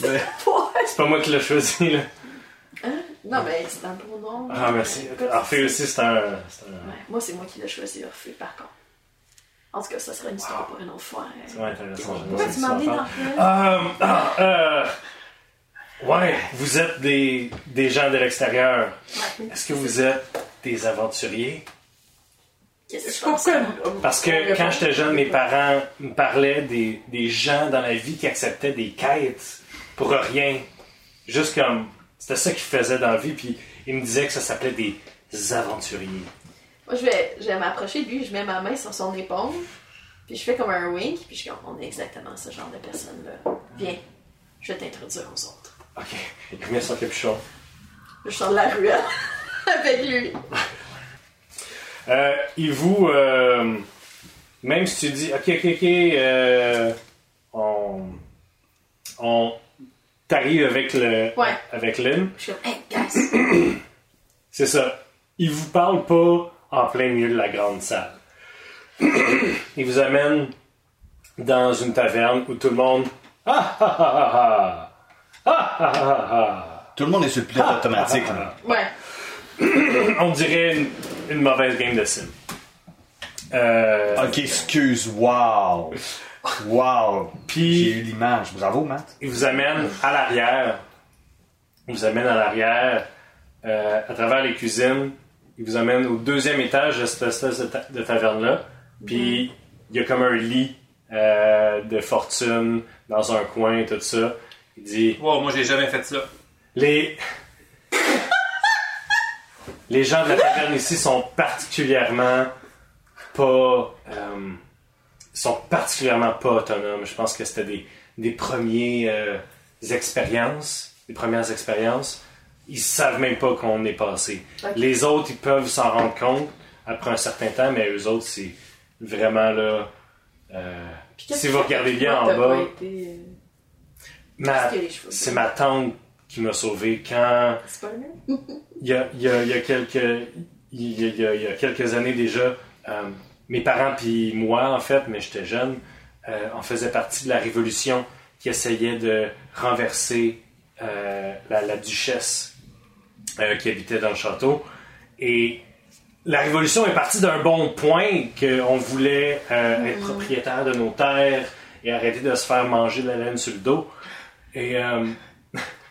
Speaker 2: ben, c'est pas moi qui l'ai choisi, là.
Speaker 5: non, mais c'est un bon nom.
Speaker 2: Ah, merci.
Speaker 5: Écoute,
Speaker 2: Orphée aussi, c'est un. C'est un-
Speaker 5: Ouais, moi, c'est moi qui l'ai choisi, Orphée, par contre. En tout cas, ça serait une histoire pour une autre fois. hein.
Speaker 2: c'est vraiment intéressant. j'aime
Speaker 5: Pourquoi
Speaker 2: cette
Speaker 5: tu m'as emmené
Speaker 2: histoire.
Speaker 5: dans le
Speaker 2: Euh, ah, euh, ouais, vous êtes des, des gens de l'extérieur. Est-ce que vous êtes des aventuriers?
Speaker 5: Qu'est-ce que je pense?
Speaker 8: Pourquoi?
Speaker 2: Parce que quand j'étais jeune, mes parents me parlaient des, des gens dans la vie qui acceptaient des quêtes pour rien. Juste comme. C'était ça qu'ils faisaient dans la vie, puis ils me disaient que ça s'appelait des aventuriers.
Speaker 5: Moi, je vais, je vais m'approcher de lui, je mets ma main sur son épaule, puis je fais comme un wink, puis je suis comme, on est exactement ce genre de personne-là. Viens, je vais t'introduire aux autres.
Speaker 2: Ok, il met son capuchon.
Speaker 5: Je sors de la ruelle avec lui.
Speaker 2: Euh, il vous. euh, même si tu dis, ok, ok, ok, euh, on. On. T'arrives avec le.
Speaker 5: Ouais.
Speaker 2: Avec Lynn.
Speaker 5: Je suis comme, hey, guys!
Speaker 2: C'est ça. Il vous parle pas en plein milieu de la grande salle. Il vous amène dans une taverne où tout le monde. Ah ah ah ah ah ah ah ah ah
Speaker 4: Tout le monde est sur le pilote automatique. là.
Speaker 5: Ouais.
Speaker 2: On dirait une, une mauvaise game de sim. Euh,
Speaker 4: Ok, excuse, wow. Wow. J'ai
Speaker 2: Puis
Speaker 4: eu l'image. Bravo, Matt.
Speaker 2: il vous amène à l'arrière. Il vous amène à l'arrière, euh, à travers les cuisines. Il vous amène au deuxième étage de cette espèce de, ta- de taverne-là. Puis il y a comme un lit euh, de fortune dans un coin, tout ça. Il dit
Speaker 6: Wow, moi j'ai jamais fait ça.
Speaker 2: Les. les gens de la taverne ici sont particulièrement pas. euh, sont particulièrement pas autonomes. Je pense que c'était des, des premiers euh, expériences. Des premières expériences. Ils savent même pas qu'on est passé.
Speaker 8: Ok.
Speaker 2: Les autres, ils peuvent s'en rendre compte après un certain temps, mais eux autres, c'est vraiment là. euh, si vous regardez bien en bas.
Speaker 8: euh,
Speaker 2: ma-
Speaker 5: Est-ce qu'il y a les cheveux?
Speaker 2: c'est ma tante qui m'a sauvé quand
Speaker 5: C'est pas le même?
Speaker 2: il y a, il y a- il y a quelques il y a, il y a- il y a quelques années déjà euh, mes parents puis moi en fait mais j'étais jeune euh, on faisait partie de la révolution qui essayait de renverser euh, la, la duchesse euh, qui habitait dans le château et la révolution est partie d'un bon point qu'on voulait euh,
Speaker 5: Mm-hmm.
Speaker 2: être propriétaire de nos terres et arrêter de se faire manger de la laine sur le dos et euh,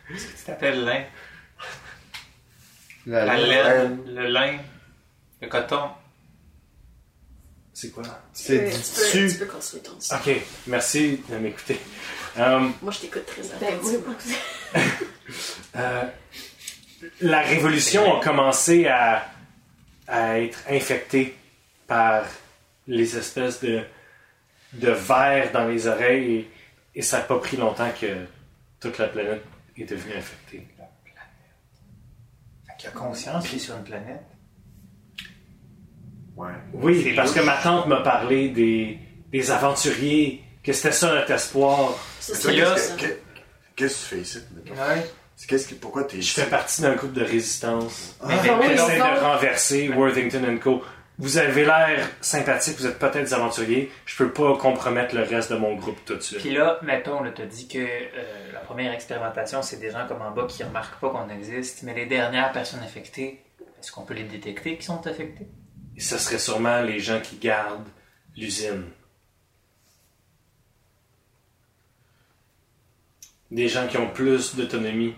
Speaker 6: Tu t'appelles lin.
Speaker 4: La-
Speaker 6: La
Speaker 4: la-
Speaker 6: laine, le lin, le coton.
Speaker 2: c'est quoi
Speaker 5: Tu
Speaker 4: C'est
Speaker 5: peux, tu peux- tu
Speaker 4: dessus.
Speaker 5: peux construire ton dessus.
Speaker 2: Ok, merci de m'écouter. Euh,
Speaker 5: Moi, je t'écoute très
Speaker 8: Ben oui,
Speaker 5: attentivement.
Speaker 2: euh, la révolution a commencé à, à être infectée par les espèces de, de verres dans les oreilles et, et ça n'a pas pris longtemps que toute la planète est devenue infectée.
Speaker 6: Fait qu'il a conscience qu'il est sur une planète.
Speaker 7: Ouais.
Speaker 2: Oui, parce que ma tante m'a parlé des, des aventuriers, que c'était ça notre espoir.
Speaker 5: Ça,
Speaker 7: Mais
Speaker 5: c'est
Speaker 7: toi,
Speaker 6: Là,
Speaker 7: Qu'est-ce
Speaker 5: ça.
Speaker 7: que- qu'est- qu'est-ce que tu fais ici? mettons?
Speaker 6: Ouais.
Speaker 8: Ah,
Speaker 7: C'est qu'est-ce qui, pourquoi t'es
Speaker 2: Je
Speaker 7: ici?
Speaker 2: fais partie d'un groupe de résistance.
Speaker 6: Mais
Speaker 8: Ah oui,
Speaker 2: Ils
Speaker 6: mais-
Speaker 2: essaient
Speaker 8: donc-
Speaker 2: de renverser Worthington Co. Vous avez l'air sympathique, vous êtes peut-être des aventuriers. Je peux pas compromettre le reste de mon groupe tout de suite.
Speaker 6: Puis là, mettons, on te dit que euh, la première expérimentation, c'est des gens comme en bas qui remarquent pas qu'on existe, mais les dernières personnes infectées, est-ce qu'on peut les détecter qui sont affectées?
Speaker 2: Et ce serait sûrement les gens qui gardent l'usine. Des gens qui ont plus d'autonomie.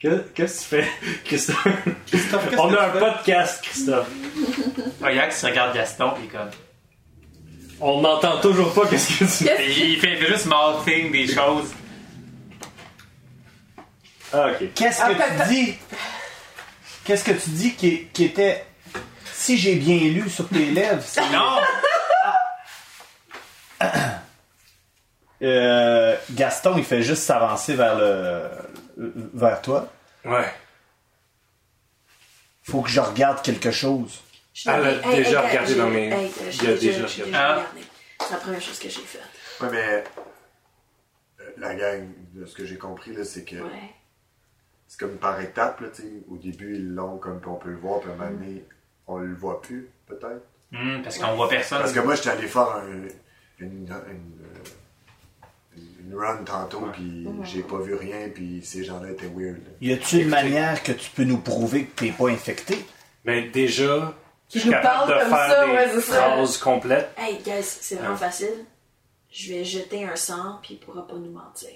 Speaker 2: Que- Qu'est-ce que tu fais, Christophe? On a un podcast, Christophe.
Speaker 6: Ah, Yax il regarde Gaston, puis comme.
Speaker 2: On n'entend toujours pas qu'est-ce que tu dis.
Speaker 6: Il, il fait, il fait juste mouthing des choses.
Speaker 2: Ah, ok.
Speaker 4: Qu'est-ce que
Speaker 8: Attends,
Speaker 4: tu dis? Qu'est-ce que tu dis qui, qui était. Si j'ai bien lu sur tes lèvres, c'est.
Speaker 6: Non!
Speaker 4: Euh, Gaston, il fait juste s'avancer vers le. vers toi.
Speaker 2: Ouais.
Speaker 4: Faut que je regarde quelque chose.
Speaker 5: Je
Speaker 2: Elle a
Speaker 5: l'ai- hey,
Speaker 2: déjà
Speaker 5: hey,
Speaker 2: regardé
Speaker 5: j'ai-
Speaker 2: dans mes-
Speaker 5: hey, euh, j'ai
Speaker 2: il y a
Speaker 5: déjà-
Speaker 2: déjà
Speaker 5: j'ai
Speaker 2: regardé.
Speaker 5: déjà regardé. C'est la première chose que j'ai faite.
Speaker 7: Ouais, mais. euh, la gang, de ce que j'ai compris, là, c'est que
Speaker 5: Ouais.
Speaker 7: c'est comme par étapes. Là, tu sais. Au début, ils l'ont comme on peut le voir, puis à un moment donné, on le voit plus, peut-être.
Speaker 6: Hum, parce qu'on voit personne.
Speaker 7: Parce que moi, j'étais allé faire un- une, une, euh, une run tantôt, puis j'ai pas vu rien, puis ces gens-là étaient weird. là.
Speaker 4: Y a-tu une manière que tu peux nous prouver que t'es pas infecté?
Speaker 2: Mais Ben, déjà, je
Speaker 8: Qui
Speaker 2: suis
Speaker 8: nous
Speaker 2: capable
Speaker 8: parle
Speaker 2: de
Speaker 8: comme
Speaker 2: faire
Speaker 8: ça, ouais,
Speaker 2: des
Speaker 8: c'est ça.
Speaker 2: phrases complètes.
Speaker 5: Hey, guys, c'est
Speaker 2: Ah.
Speaker 5: vraiment facile. Je vais jeter un sang, puis il pourra pas nous mentir.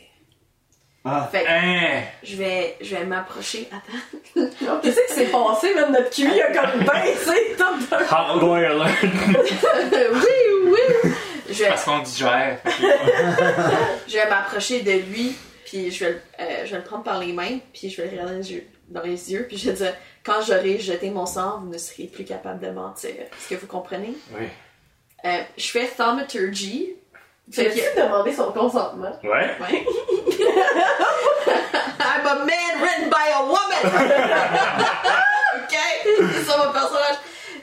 Speaker 4: Ah.
Speaker 5: Fait que
Speaker 6: Hein?
Speaker 5: je vais, je vais m'approcher. Attends.
Speaker 8: Genre, Qu'est-ce qui s'est passé, même notre QI a comme baissé, top d'un-
Speaker 2: Hot boy alert!
Speaker 5: oui, oui. Je vais,
Speaker 6: Parce qu'on digère.
Speaker 5: je vais m'approcher de lui, puis je vais, le- euh, je vais le prendre par les mains, puis je vais le regarder dans les yeux, dans les yeux, puis je vais dire Quand j'aurai jeté mon sang, vous ne serez plus capable de mentir. Est-ce que vous comprenez
Speaker 2: Oui.
Speaker 5: Euh, Je fais thaumaturgy. Fait
Speaker 8: Fais-tu
Speaker 5: que.
Speaker 8: demander son consentement?
Speaker 2: Ouais?
Speaker 5: Ouais. I'm a man written by a woman! ok? C'est ça mon personnage.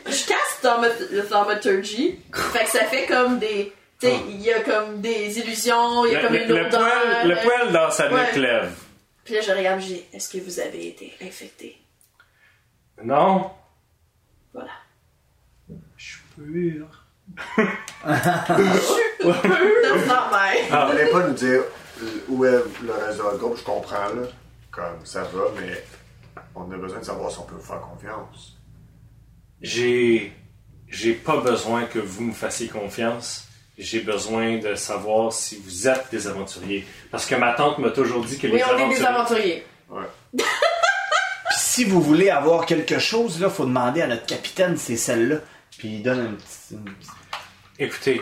Speaker 5: Je casse thaumat- le thaumaturgy. Fait que ça fait comme des. Tu sais, il y a comme des illusions, il y a
Speaker 2: Ah. Le,
Speaker 5: comme
Speaker 2: le-
Speaker 5: une
Speaker 2: le
Speaker 5: odeur. euh,
Speaker 2: poil, le poil dans sa
Speaker 5: Ouais.
Speaker 2: nuque lève.
Speaker 5: Puis là, je regarde, je dis Est-ce que vous avez été infecté?
Speaker 2: Non?
Speaker 5: Voilà.
Speaker 2: Je suis pur.
Speaker 5: C'est normal.
Speaker 2: Ah!
Speaker 7: Vous voulez pas nous dire euh, où est le reste de votre groupe, je comprends, là. Comme ça va, mais on a besoin de savoir si on peut vous faire confiance.
Speaker 2: J'ai. J'ai pas besoin que vous me fassiez confiance. J'ai besoin de savoir si vous êtes des aventuriers. Parce que ma tante m'a toujours dit que
Speaker 8: Oui,
Speaker 2: les
Speaker 8: on est
Speaker 2: aventuriers.
Speaker 8: des aventuriers.
Speaker 4: Puis si vous voulez avoir quelque chose, là, faut demander à notre capitaine, c'est celle-là. Puis il donne un petit. une petite-
Speaker 2: Écoutez,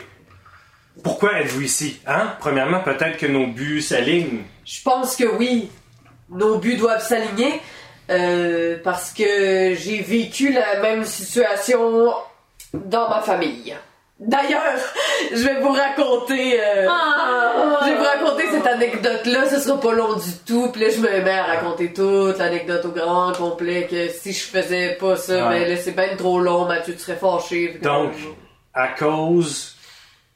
Speaker 2: pourquoi êtes-vous ici? Hein? Premièrement, peut-être que nos buts s'alignent.
Speaker 8: Je pense que oui, nos buts doivent s'aligner. euh, parce que j'ai vécu la même situation dans ma famille. D'ailleurs, je vais vous raconter. euh, Je vais vous raconter cette anecdote-là, ce sera pas long du tout. Puis là, je me mets à raconter toute l'anecdote au grand complet que si je faisais pas ça,
Speaker 2: Ouais.
Speaker 8: ben là, c'est ben trop long, Mathieu, tu serais fâché. Fait que-
Speaker 2: Donc, à cause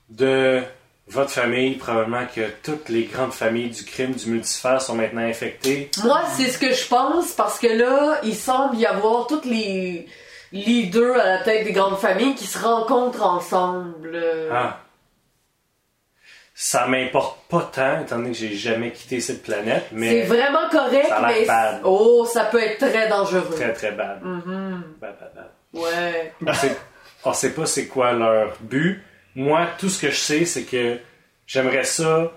Speaker 2: de votre famille, probablement que toutes les grandes familles du crime du multifère sont maintenant infectées.
Speaker 8: Moi, c'est ce que je pense parce que là, il semble y avoir toutes les leaders à la tête des grandes familles qui se rencontrent ensemble. euh,
Speaker 2: Ah. Ça m'importe pas tant, étant donné que j'ai jamais quitté cette planète,
Speaker 8: C'est
Speaker 2: mais
Speaker 8: vraiment correct,
Speaker 2: Ça a l'air
Speaker 8: mais
Speaker 2: bad.
Speaker 8: oh, ça peut être très dangereux.
Speaker 2: très très bad.
Speaker 8: Mhm.
Speaker 2: Bad, bad, bad.
Speaker 8: Ouais.
Speaker 2: On sait- On sait pas c'est quoi leur but. Moi, tout ce que je sais, c'est que j'aimerais ça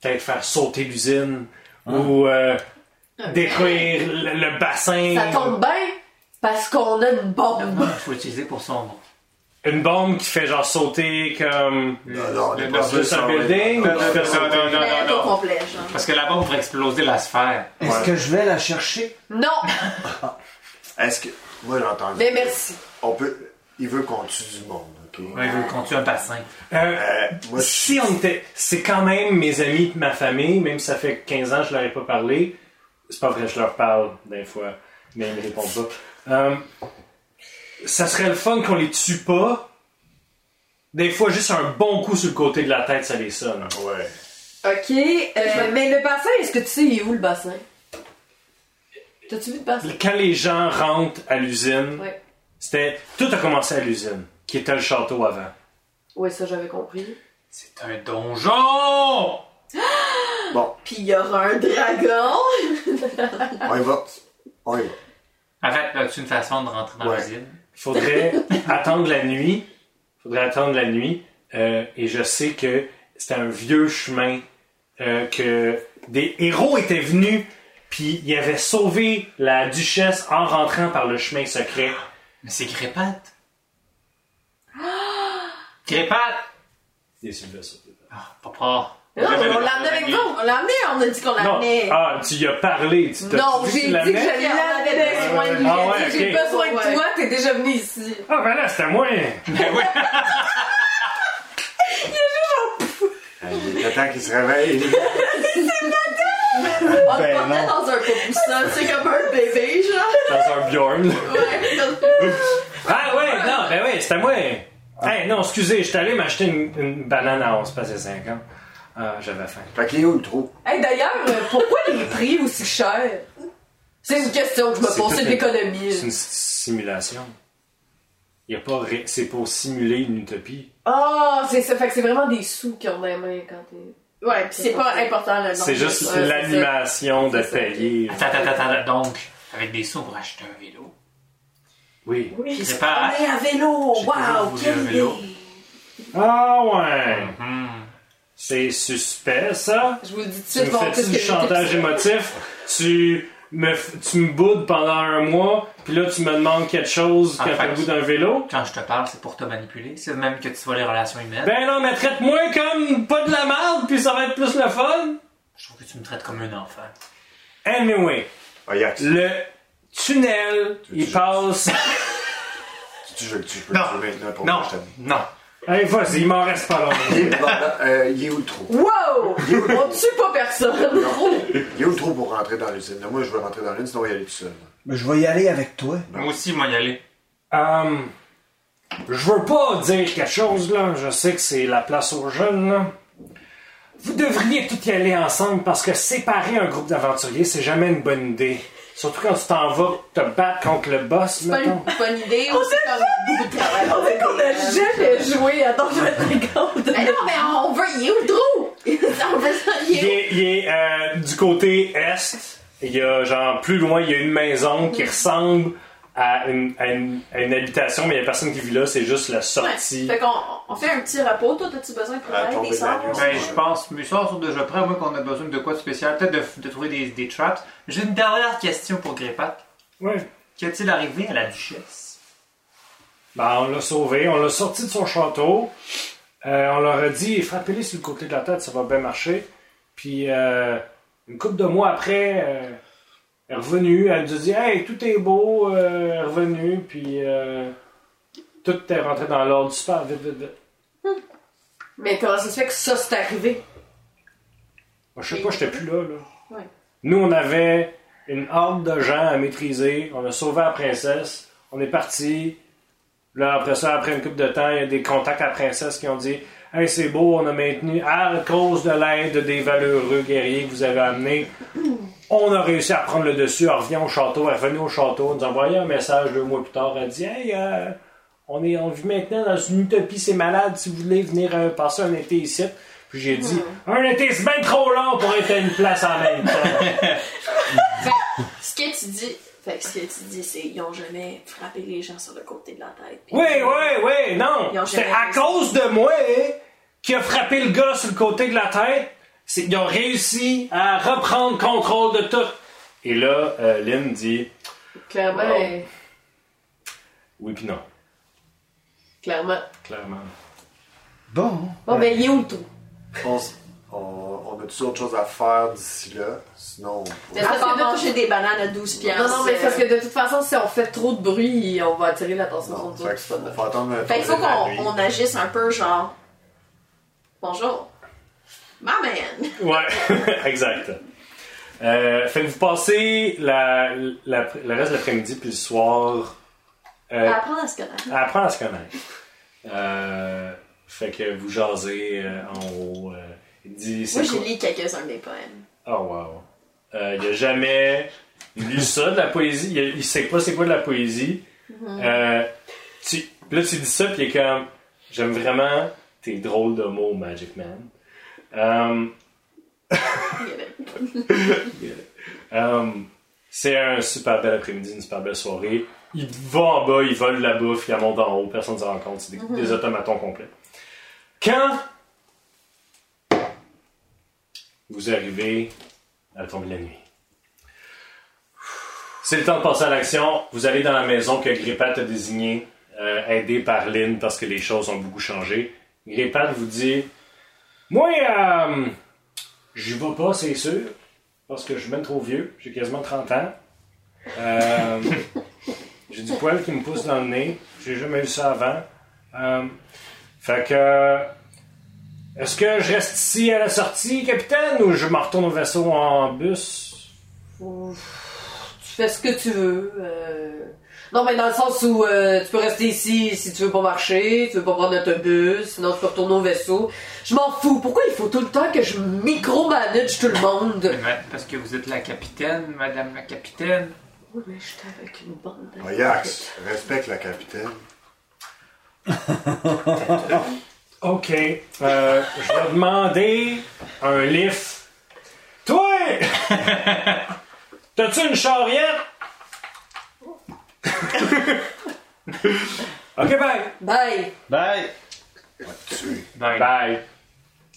Speaker 2: peut-être faire sauter l'usine ou euh, détruire le, le bassin.
Speaker 8: Ah Ça tombe bien parce qu'on a une
Speaker 6: Non,
Speaker 8: bombe.
Speaker 6: non, il faut utiliser pour son nom.
Speaker 2: Une bombe qui fait genre sauter comme
Speaker 7: Non, non, on est
Speaker 6: Le-
Speaker 7: pas
Speaker 6: le-
Speaker 7: sûr
Speaker 2: juste
Speaker 7: si
Speaker 2: un
Speaker 7: on est-
Speaker 2: building ou
Speaker 7: Non,
Speaker 2: qui fait
Speaker 6: non,
Speaker 2: sauter-
Speaker 6: non, non,
Speaker 5: Mais
Speaker 6: non,
Speaker 5: au
Speaker 6: non.
Speaker 5: complet, genre.
Speaker 6: Parce que la bombe pourrait exploser la sphère.
Speaker 4: Est-ce
Speaker 2: Ouais.
Speaker 4: que je vais la chercher?
Speaker 8: Non,
Speaker 7: Est-ce que. Moi, j'ai entendu.
Speaker 8: mais merci.
Speaker 7: On peut. Il veut qu'on tue du monde, ok?
Speaker 6: Ouais, je veux qu'on tue un bassin.
Speaker 2: Euh,
Speaker 7: Euh, moi, je
Speaker 2: si on était. C'est quand même mes amis de ma famille, même si ça fait 15 ans que je leur ai pas parlé. C'est pas vrai, je leur parle des fois, mais ils me répondent pas. Euh, ça serait le fun qu'on les tue pas. Des fois, juste un bon coup sur le côté de la tête, ça les sonne.
Speaker 7: Ouais.
Speaker 8: Ok, euh, mais le bassin, est-ce que tu sais il est où le bassin? T'as-tu vu le bassin?
Speaker 2: Quand les gens rentrent à l'usine,
Speaker 8: Ouais.
Speaker 2: c'était. Tout a commencé à l'usine, qui était le château avant.
Speaker 8: Ouais, ça j'avais compris.
Speaker 6: C'est un donjon!
Speaker 5: Puis il y aura un dragon.
Speaker 7: On y va. On y va.
Speaker 6: En fait, as-tu une façon de rentrer dans
Speaker 7: Ouais.
Speaker 6: l'usine?
Speaker 2: faudrait attendre la nuit. faudrait attendre la nuit. Euh, et je sais que c'était un vieux chemin euh, que des héros étaient venus, puis ils avaient sauvé la duchesse en rentrant par le chemin secret.
Speaker 6: Mais c'est Crépate! Crépate!
Speaker 2: Des Sylvestres.
Speaker 6: Ah, pas pas.
Speaker 8: Non, mais Oh, on l'a amené avec nous.
Speaker 5: On l'a amené, on a dit qu'on
Speaker 2: Non.
Speaker 5: l'amenait.
Speaker 2: Ah, tu y as parlé. Tu t'as
Speaker 8: Non,
Speaker 2: dit que tu
Speaker 8: j'ai dit que
Speaker 2: l'amenais?
Speaker 8: j'allais
Speaker 5: On avait
Speaker 8: l'amener.
Speaker 5: besoin de lui.
Speaker 2: Ah
Speaker 8: J'ai
Speaker 2: ouais, ok.
Speaker 8: besoin de
Speaker 5: Ouais.
Speaker 8: toi, t'es déjà venu ici.
Speaker 2: Ah, ben là, c'était moi.
Speaker 7: Euh, Il est temps qu'il se réveille.
Speaker 5: On
Speaker 4: Ben
Speaker 5: le portait
Speaker 4: non.
Speaker 5: dans un popoussin, c'est comme un bébé, genre.
Speaker 2: Dans un Bjorn. là.
Speaker 5: Ouais, dans-
Speaker 2: Ah, ouais, non, ben ouais, c'était moi. Hey, non, excusez, je suis allé m'acheter une, une banane à 11 passé 50. Ah, j'avais faim.
Speaker 7: Fait qu'il est où le trou?
Speaker 8: Hey, d'ailleurs, euh, pourquoi les prix aussi chers? C'est une question que je me
Speaker 2: C'est
Speaker 8: pose,
Speaker 2: tout
Speaker 8: c'est de
Speaker 2: une-
Speaker 8: l'économie.
Speaker 2: C'est une s- simulation. Y a pas ré- C'est pour simuler une utopie.
Speaker 8: Ah, c'est ça. Fait que c'est vraiment des sous qui ont dans les mains quand t'es.
Speaker 5: Ouais, pis c'est pas important le nom.
Speaker 2: C'est
Speaker 8: euh,
Speaker 2: juste
Speaker 5: Ouais,
Speaker 2: l'animation de
Speaker 5: C'est ça.
Speaker 2: payer.
Speaker 6: Attends, attends, attends, attends. Donc, avec des sous, on pourrait acheter un vélo.
Speaker 2: Oui.
Speaker 5: Oui,
Speaker 6: C'est
Speaker 5: c'est
Speaker 6: pas-
Speaker 5: pas à vélo!
Speaker 6: J'ai toujours
Speaker 5: Wow,
Speaker 6: voulu un
Speaker 5: quelle idée!
Speaker 6: vélo.
Speaker 2: Ah ouais!
Speaker 6: Mhm.
Speaker 2: C'est suspect, ça.
Speaker 8: Je vous le dis tout de
Speaker 2: Tu
Speaker 8: suite,
Speaker 2: me
Speaker 8: bon,
Speaker 2: fais
Speaker 8: qu'est-ce
Speaker 2: du
Speaker 8: que j'ai
Speaker 2: chantage
Speaker 8: été-
Speaker 2: émotif. Tu me, f- tu me boudes pendant un mois, puis là, tu me demandes quelque chose
Speaker 6: En
Speaker 2: quand t'as
Speaker 6: fait.
Speaker 2: le goût d'un vélo.
Speaker 6: Quand je te parle, c'est pour te manipuler. C'est même que tu vois les relations humaines.
Speaker 2: Ben non, mais traite-moi comme pas de la merde, puis ça va être plus le fun.
Speaker 6: Je trouve que tu me traites comme un enfant.
Speaker 2: Anyway,
Speaker 7: Ah, y'a tu
Speaker 2: le tunnel,
Speaker 7: Tu veux
Speaker 2: il
Speaker 7: que je-
Speaker 2: passe.
Speaker 7: tu veux que tu peux
Speaker 6: Non.
Speaker 7: trouver maintenant pour
Speaker 6: Non,
Speaker 7: que je t'aime.
Speaker 6: non.
Speaker 2: Hey, vas-y, il m'en reste pas long.
Speaker 7: Il est- bon, là, euh, Il est où le trou?
Speaker 8: Wow! On tue pas personne!
Speaker 7: Il est où le trou pour rentrer dans l'usine? Là, Moi, je veux rentrer dans l'usine, sinon il y aller tout seul.
Speaker 4: Mais je vais y aller avec toi.
Speaker 6: Ben. Moi aussi, je vais y aller.
Speaker 2: Euh, je veux pas dire quelque chose, là. Je sais que c'est la place aux jeunes, là. Vous devriez tout y aller ensemble parce que séparer un groupe d'aventuriers, c'est jamais une bonne idée. Surtout quand tu t'en vas te battre contre le boss,
Speaker 5: C'est pas une
Speaker 2: mettons.
Speaker 5: bonne idée, on s'est comme beaucoup de travail.
Speaker 8: On dit qu'on a jamais joué. Attends, je vais te
Speaker 5: Mais Ben non, mais on veut, il est où le trou? on veut ça, il
Speaker 2: Il
Speaker 5: est où?
Speaker 2: est, il est, euh, du côté est. Il y a, genre, plus loin, il y a une maison qui ressemble à une, à une- à une habitation, mais il y a personne qui vit là, c'est juste la
Speaker 5: Ouais.
Speaker 2: sortie.
Speaker 5: Fait qu'on on fait un petit repos. Toi, t'as-tu besoin de
Speaker 7: À
Speaker 5: préparer
Speaker 7: Ah, tomber
Speaker 5: des
Speaker 7: de la
Speaker 5: sorts?
Speaker 7: nuit.
Speaker 6: Ben, je pense, mes sorts sont déjà prêts, à moins qu'on ait besoin de quoi de spécial, peut-être de, de trouver des, des traps. J'ai une dernière question pour Grépac.
Speaker 2: Ouais.
Speaker 6: Qu'est-il arrivé à la duchesse?
Speaker 2: Ben, on l'a sauvé, on l'a sorti de son château. Euh, on leur a dit, frappez-les sur le côté de la tête, ça va bien marcher. Puis, euh, une couple de mois après, euh, elle est revenue, elle nous a dit, hey, tout est beau, euh, elle est revenue, puis euh, tout est rentré dans l'ordre super vite, vite, vite.
Speaker 8: Mais comment ça se fait que ça, c'est arrivé?
Speaker 2: Moi, je sais pas, j'étais plus là, là.
Speaker 5: Ouais.
Speaker 2: Nous, on avait une horde de gens à maîtriser. On a sauvé la princesse. On est parti. Là, après ça, après une couple de temps, il y a des contacts à la princesse qui ont dit Hey, c'est beau, on a maintenu, à cause de l'aide des valeureux guerriers que vous avez amenés, on a réussi à prendre le dessus. Elle revient au château, elle est revenue au château, elle nous a envoyé un message deux mois plus tard. Elle dit Hey, euh, on, est, on vit maintenant dans une utopie, c'est malade, si vous voulez venir euh, passer un été ici. Puis j'ai dit
Speaker 5: Hmm.
Speaker 2: Un été, c'est bien trop long pour être à une place en même temps.
Speaker 5: Ce que tu dis, fait que ce que tu dis, c'est qu'ils ont jamais frappé les gens sur le côté de la tête.
Speaker 2: oui, oui, oui,
Speaker 5: Ils
Speaker 2: non.
Speaker 5: ont
Speaker 2: C'est
Speaker 5: jamais
Speaker 2: à
Speaker 5: réussi.
Speaker 2: cause de moi hein, qui a frappé le gars sur le côté de la tête. C'est qu'ils ont réussi à reprendre contrôle de tout. Et là, euh, Lynn dit
Speaker 8: Clairement,
Speaker 2: Wow.
Speaker 8: euh,
Speaker 2: Oui, puis non,
Speaker 8: clairement.
Speaker 2: clairement.
Speaker 4: Bon.
Speaker 8: Bon, ben, il est où le trou?
Speaker 7: On, s- on, on a toujours autre chose à faire d'ici là? Sinon, on pourrait-
Speaker 5: Mais
Speaker 8: Ah,
Speaker 5: à part
Speaker 8: c'est de-
Speaker 5: manger des bananes à 12 piastres.
Speaker 8: Non, non, mais
Speaker 5: euh,
Speaker 8: c'est parce que de toute façon, si on fait trop de bruit, on va attirer l'attention
Speaker 7: Non,
Speaker 8: de
Speaker 7: fait
Speaker 8: d'autres.
Speaker 7: que
Speaker 8: c'est pas de-
Speaker 7: faut attendre
Speaker 5: Fait qu'il faut
Speaker 7: attendre la
Speaker 5: qu'on
Speaker 7: nuit.
Speaker 5: on agisse un peu genre. Bonjour. Ma man.
Speaker 2: Ouais, exact. Euh, fait que vous passez la, la- le reste de l'après-midi puis le soir euh,
Speaker 5: Apprendre à se connaître.
Speaker 2: Elle apprend à se connaître. Euh, fait que vous jasez euh, en haut. euh, il dit
Speaker 5: Moi,
Speaker 2: c'est
Speaker 5: j'ai
Speaker 2: quoi?
Speaker 5: lu quelques-uns des poèmes.
Speaker 2: Oh wow. Euh, il a jamais lu ça de la poésie. Il, a- il sait pas c'est quoi de la poésie.
Speaker 5: Mhm.
Speaker 2: Euh, tu- là tu dis ça puis il est comme j'aime vraiment tes drôles de mots Magic Man. Euh, Um, c'est un super bel après-midi, une super belle soirée. Ils vont en bas, ils volent la bouffe, ils la montent en haut, personne ne s'en rend compte. C'est des, des automatons complets. Quand vous arrivez à la tombée de la nuit, c'est le temps de passer à l'action. Vous allez dans la maison que Grippat a désignée, euh, aidée par Lynn parce que les choses ont beaucoup changé. Grippat vous dit Moi, euh, j'y vais pas, c'est sûr. Parce que je suis même trop vieux, j'ai quasiment 30 ans. Euh, j'ai du poil qui me pousse dans le nez, j'ai jamais eu ça avant. Euh, fait que. euh, Est-ce que je reste ici à la sortie, capitaine, ou je m'en retourne au vaisseau en bus?
Speaker 8: Ouf, Tu fais ce que tu veux. euh. Non, mais dans le sens où euh, tu peux rester ici si tu veux pas marcher, tu veux pas prendre l'autobus, sinon tu peux retourner au vaisseau. Je m'en fous. Pourquoi il faut tout le temps que je micromanage tout le monde?
Speaker 6: Ouais, Parce que vous êtes la capitaine, madame la capitaine.
Speaker 8: Oui, mais j'étais avec une bande. de-
Speaker 7: Oh, Ajax, Ah, respecte la capitaine.
Speaker 2: Ok. Euh, je vais demander un lift. Toi! T'as-tu une charriette? ok, bye!
Speaker 8: Bye!
Speaker 4: Bye.
Speaker 7: On va te tuer.
Speaker 6: Dans une-
Speaker 2: Bye!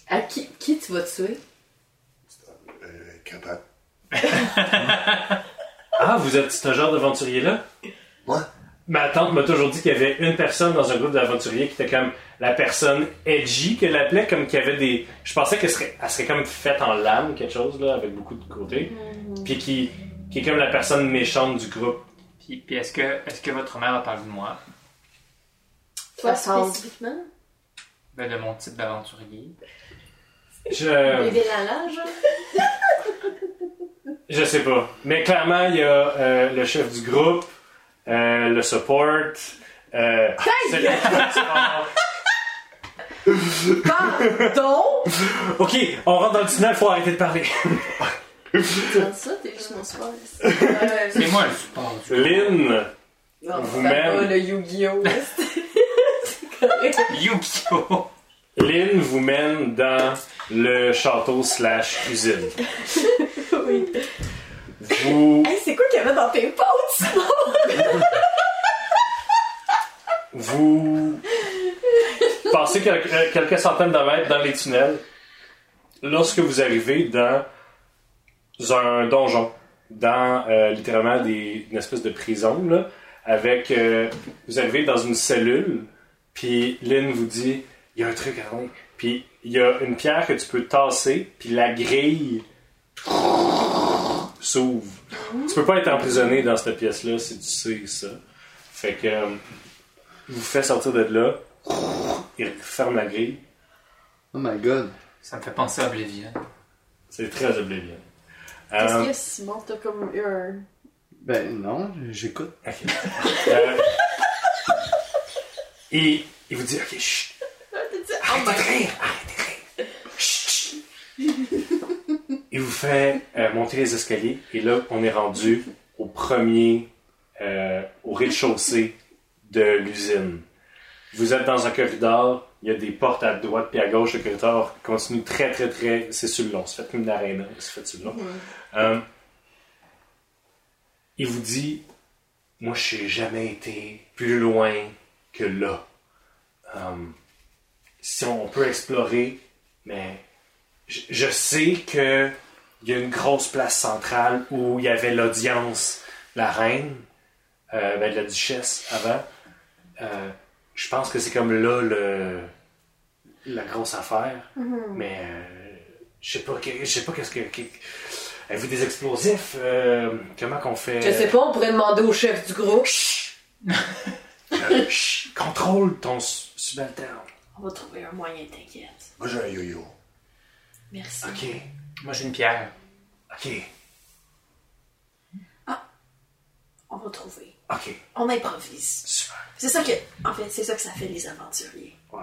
Speaker 8: À qui, qui tu vas tuer?
Speaker 7: Euh, capable.
Speaker 2: Ah, vous êtes ce genre d'aventurier-là?
Speaker 7: Ouais.
Speaker 2: Ma tante m'a toujours dit qu'il y avait une personne dans un groupe d'aventuriers qui était comme la personne edgy qu'elle appelait, comme qui avait des. Je pensais qu'elle serait, elle serait comme faite en lame, quelque chose, là, avec beaucoup de côtés. Puis qui, qui est comme la personne méchante du groupe.
Speaker 6: Puis, puis est-ce que, est que votre mère a parlé de moi?
Speaker 5: Toi
Speaker 8: Façon.
Speaker 5: spécifiquement?
Speaker 6: Ben, de mon type d'aventurier?
Speaker 2: Je.
Speaker 5: Bébé Lala, genre?
Speaker 2: Je sais pas. Mais clairement, il y a euh, le chef du groupe, euh, le support. Euh, c'est-
Speaker 8: Pardon?
Speaker 2: ok, on rentre dans le tunnel, faut arrêter de parler.
Speaker 5: Comme ça, t'es juste mon soir.
Speaker 6: C'est moi le support.
Speaker 2: Lynn,
Speaker 8: Non,
Speaker 2: Vous-même.
Speaker 8: le Yu-Gi-Oh!
Speaker 6: Yukio!
Speaker 2: Lynn vous mène dans le château slash cuisine.
Speaker 5: Oui.
Speaker 2: Vous,
Speaker 5: Hey, c'est quoi qu'il y avait dans tes potes?
Speaker 2: vous passez quel- euh, quelques centaines de mètres dans les tunnels lorsque vous arrivez dans un donjon, dans euh, littéralement des, une espèce de prison, là, avec... euh, vous arrivez dans une cellule, puis Lynn vous dit, il y a un truc à rendre. Puis il y a une pierre que tu peux tasser, puis la grille s'ouvre. Tu peux pas être emprisonné dans cette pièce-là si tu sais ça. Fait que... euh, il vous fait sortir de là. Il ferme la grille.
Speaker 4: Oh my god.
Speaker 6: Ça me fait penser à Oblivion.
Speaker 2: C'est très oblivion.
Speaker 5: Qu'est-ce
Speaker 2: Euh,
Speaker 5: que Simon, t'as comme eu un.
Speaker 4: Ben non, j'écoute.
Speaker 2: euh, il, il vous dit Ok, chut,
Speaker 5: T'as dit, oh my
Speaker 2: Il vous fait euh, monter les escaliers et là, on est rendu au premier, euh, au rez-de-chaussée de l'usine. Vous êtes dans un corridor, il y a des portes à droite puis à gauche, le corridor continue très très très, c'est sur le long, c'est fait comme une arène, c'est fait sur le long. Euh, il vous dit, moi je n'ai jamais été plus loin que là. Euh, si on peut explorer, mais je, je sais que il y a une grosse place centrale où il y avait l'audience, la reine, euh, ben, de la duchesse avant. Euh, je pense que c'est comme là le, la grosse affaire.
Speaker 8: Mm-hmm.
Speaker 2: Mais euh, je sais pas, que- je sais pas qu'est-ce que. que- Avez-vous des explosifs Euh, Comment qu'on fait
Speaker 8: Je sais pas, on pourrait demander au chef du groupe.
Speaker 2: Euh, chut, contrôle ton s- subalterne.
Speaker 5: On va trouver un moyen, t'inquiète.
Speaker 7: Moi, j'ai un yo-yo.
Speaker 5: Merci.
Speaker 2: Ok,
Speaker 6: Moi, j'ai une pierre.
Speaker 2: ok,
Speaker 5: On va trouver.
Speaker 2: ok,
Speaker 5: On improvise.
Speaker 2: super.
Speaker 5: C'est ça que. En fait, c'est ça que ça fait les aventuriers.
Speaker 2: Wow.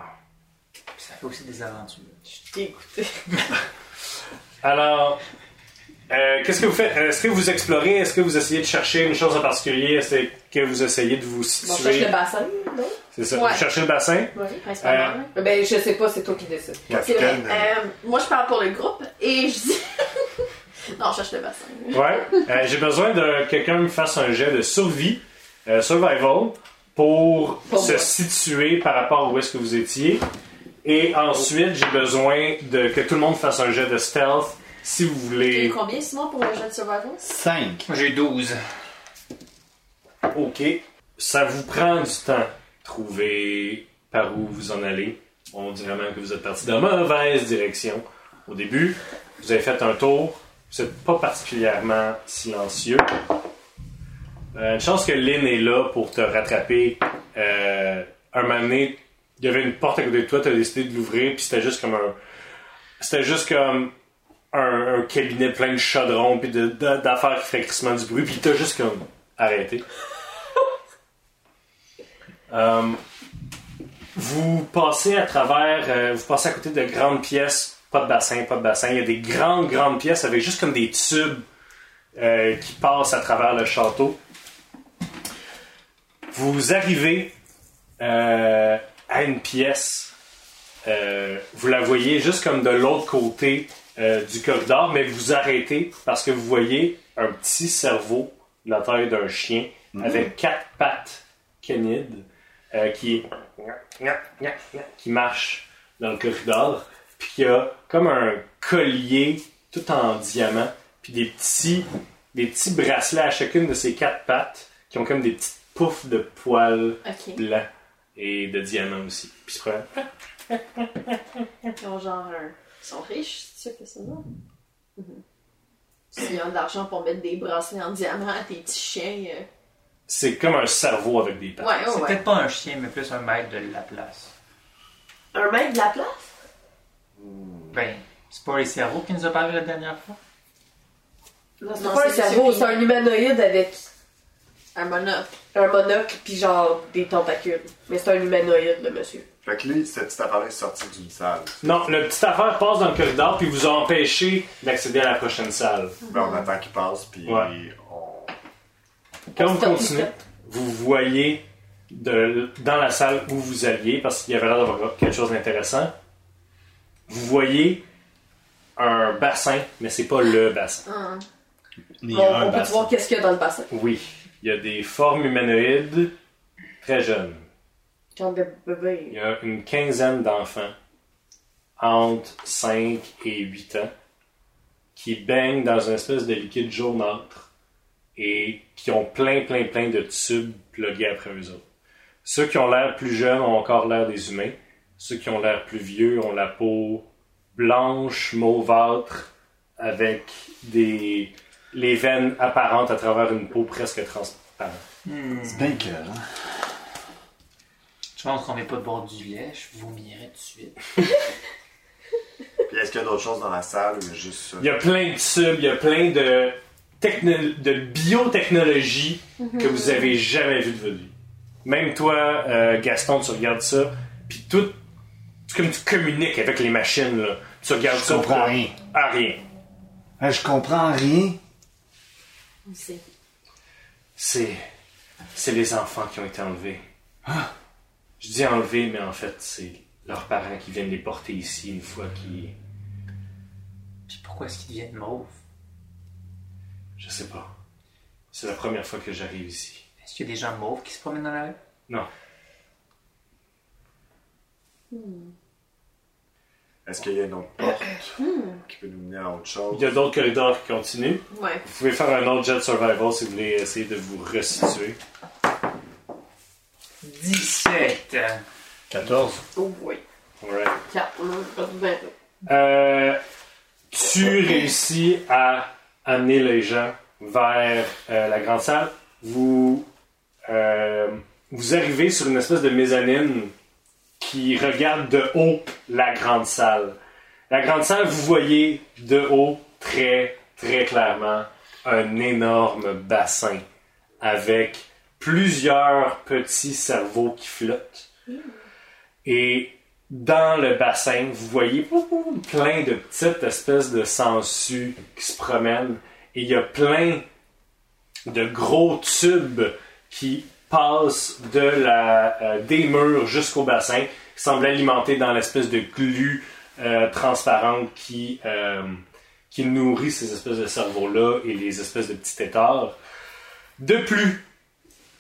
Speaker 6: Puis ça fait aussi des aventures.
Speaker 5: Je t'ai écouté.
Speaker 2: Alors, euh, qu'est-ce que vous faites? Est-ce que vous explorez? Est-ce que vous essayez de chercher une chose en particulier? Est-ce que vous essayez de vous
Speaker 8: On cherche
Speaker 2: situer?
Speaker 8: le bassin, non?
Speaker 2: C'est ça,
Speaker 5: Ouais.
Speaker 2: vous cherchez le bassin?
Speaker 5: Oui, principalement. hein.
Speaker 8: Ben, je sais pas, c'est toi qui décides.
Speaker 5: C'est vrai.
Speaker 7: Capitaine,
Speaker 5: Euh, moi, je parle pour le groupe et je dis. non, je cherche le bassin.
Speaker 2: Ouais. Euh, J'ai besoin de quelqu'un me fasse un jet de survie, euh, survival, pour
Speaker 8: Pour
Speaker 2: se
Speaker 8: moi.
Speaker 2: situer par rapport où est-ce que vous étiez. Et ensuite, j'ai besoin de que tout le monde fasse un jet de stealth si vous
Speaker 5: Et
Speaker 2: voulez.
Speaker 5: combien, Simon, pour le jeu de survival
Speaker 4: 5.
Speaker 6: Moi, j'ai 12.
Speaker 2: OK. Ça vous prend du temps trouver par où vous en allez. On dit vraiment que vous êtes parti dans la mauvaise direction. Au début, vous avez fait un tour. Vous n'êtes pas particulièrement silencieux. Euh, une chance que Lynn est là pour te rattraper. Euh, un moment donné, il y avait une porte à côté de toi, tu as décidé de l'ouvrir, puis c'était juste comme un. C'était juste comme un, un cabinet plein de chaudrons, puis de- de- d'affaires qui feraient crissement du bruit, puis t'as juste comme arrêté. Euh, vous passez à travers, euh, vous passez à côté de grandes pièces, pas de bassin, pas de bassin. Il y a des grandes, grandes pièces avec juste comme des tubes euh, qui passent à travers le château. Vous arrivez euh, à une pièce. Euh, vous la voyez juste comme de l'autre côté euh, du corridor, mais vous arrêtez parce que vous voyez un petit cerveau de la taille d'un chien avec quatre pattes canides euh, qui, qui marche dans le corridor, puis qui a comme un collier tout en diamant, puis des petits, des petits bracelets à chacune de ses quatre pattes qui ont comme des petites poufs de poils
Speaker 5: Ok.
Speaker 2: blancs et de diamants aussi. Puis il se promène.
Speaker 5: Ils ont genre un. Ils sont riches, c'est sûr que c'est ça. S'ils ont de l'argent pour mettre des bracelets en diamant à tes petits chiens. euh,
Speaker 2: C'est comme un cerveau avec des pattes.
Speaker 5: Ouais,
Speaker 6: C'est
Speaker 5: Oh, ouais, ouais.
Speaker 6: peut-être pas un chien, mais plus un maître de la place.
Speaker 5: Un mec de la place?
Speaker 6: Ben, c'est pas les cerveaux qui nous a parlé la dernière fois?
Speaker 5: Non,
Speaker 8: C'est pas un cerveau, c'est un humanoïde avec
Speaker 5: Un monocle.
Speaker 8: un monocle puis genre des tentacules. Mais c'est un humanoïde, le monsieur.
Speaker 7: Fait que lui, cette petite affaire-là est sortie d'une salle.
Speaker 2: Non, le petit affaire passe dans le corridor puis vous empêchez d'accéder à la prochaine salle.
Speaker 5: Mhm.
Speaker 7: Ben, on attend qu'il passe, puis
Speaker 2: Ouais.
Speaker 7: on.
Speaker 2: Quand vous
Speaker 8: Stop,
Speaker 2: continuez,
Speaker 8: stop.
Speaker 2: vous voyez de- dans la salle où vous alliez, parce qu'il y avait l'air d'avoir quelque chose d'intéressant, vous voyez un bassin, mais c'est pas le bassin.
Speaker 5: Hum.
Speaker 4: Il y
Speaker 8: On,
Speaker 4: a un
Speaker 8: on peut
Speaker 4: bassin.
Speaker 8: voir qu'est-ce qu'il y a dans le bassin.
Speaker 2: Oui, il y a des formes humanoïdes très jeunes.
Speaker 8: Genre de
Speaker 2: Il
Speaker 8: bébé.
Speaker 2: y a une quinzaine d'enfants entre 5 et 8 ans qui baignent dans une espèce de liquide jaunâtre et qui ont plein, plein, plein de tubes plugués après eux autres. Ceux qui ont l'air plus jeunes ont encore l'air des humains. Ceux qui ont l'air plus vieux ont la peau blanche, mauvâtre, avec des, les veines apparentes à travers une peau presque transparente.
Speaker 4: C'est bien que, hein.
Speaker 6: Je pense qu'on n'est pas de bord du lait, je vomirais tout de suite.
Speaker 7: Puis est-ce qu'il y a d'autres choses dans la salle ou il y a juste ça?
Speaker 2: Il y a plein de subs, il y a plein de, techno- de biotechnologie que vous avez jamais vu de votre vie. Même toi, euh, Gaston, tu regardes ça, puis tout, tu, comme tu communiques avec les machines, là. Tu regardes
Speaker 4: Je
Speaker 2: ça.
Speaker 4: comprends
Speaker 2: puis-
Speaker 4: rien.
Speaker 2: Ah, rien.
Speaker 4: Hein, Je comprends rien.
Speaker 5: C'est
Speaker 2: C'est. C'est les enfants qui ont été enlevés.
Speaker 4: Ah!
Speaker 2: Je dis enlevés, mais en fait, c'est leurs parents qui viennent les porter ici une fois qu'ils.
Speaker 6: Puis pourquoi est-ce qu'ils deviennent mauves?
Speaker 2: Je sais pas. C'est la première fois que j'arrive ici.
Speaker 6: Est-ce qu'il y a des gens mauves qui se promènent dans la rue?
Speaker 2: Non.
Speaker 7: Est-ce qu'il y a une autre porte qui peut nous mener à autre chose?
Speaker 2: Il y a d'autres corridors qui continuent.
Speaker 5: Ouais.
Speaker 2: Vous pouvez faire un autre jet de survival si vous voulez essayer de vous resituer.
Speaker 6: 17!
Speaker 4: 14.
Speaker 5: Oh, oui.
Speaker 2: Alright.
Speaker 5: Quatre, un, vingt.
Speaker 2: Euh, tu réussis à amener les gens vers euh, la grande salle. Vous, euh, vous arrivez sur une espèce de mezzanine qui regarde de haut la grande salle. La grande salle, vous voyez de haut très, très clairement un énorme bassin avec plusieurs petits cerveaux qui flottent. Et dans le bassin, vous voyez pou, pou, pou, plein de petites espèces de sangsues qui se promènent. Et il y a plein de gros tubes qui passent de la, euh, des murs jusqu'au bassin, qui semblent alimenter dans l'espèce de glu euh, transparente qui, euh, qui nourrit ces espèces de cerveaux-là et les espèces de petits têtards. De plus,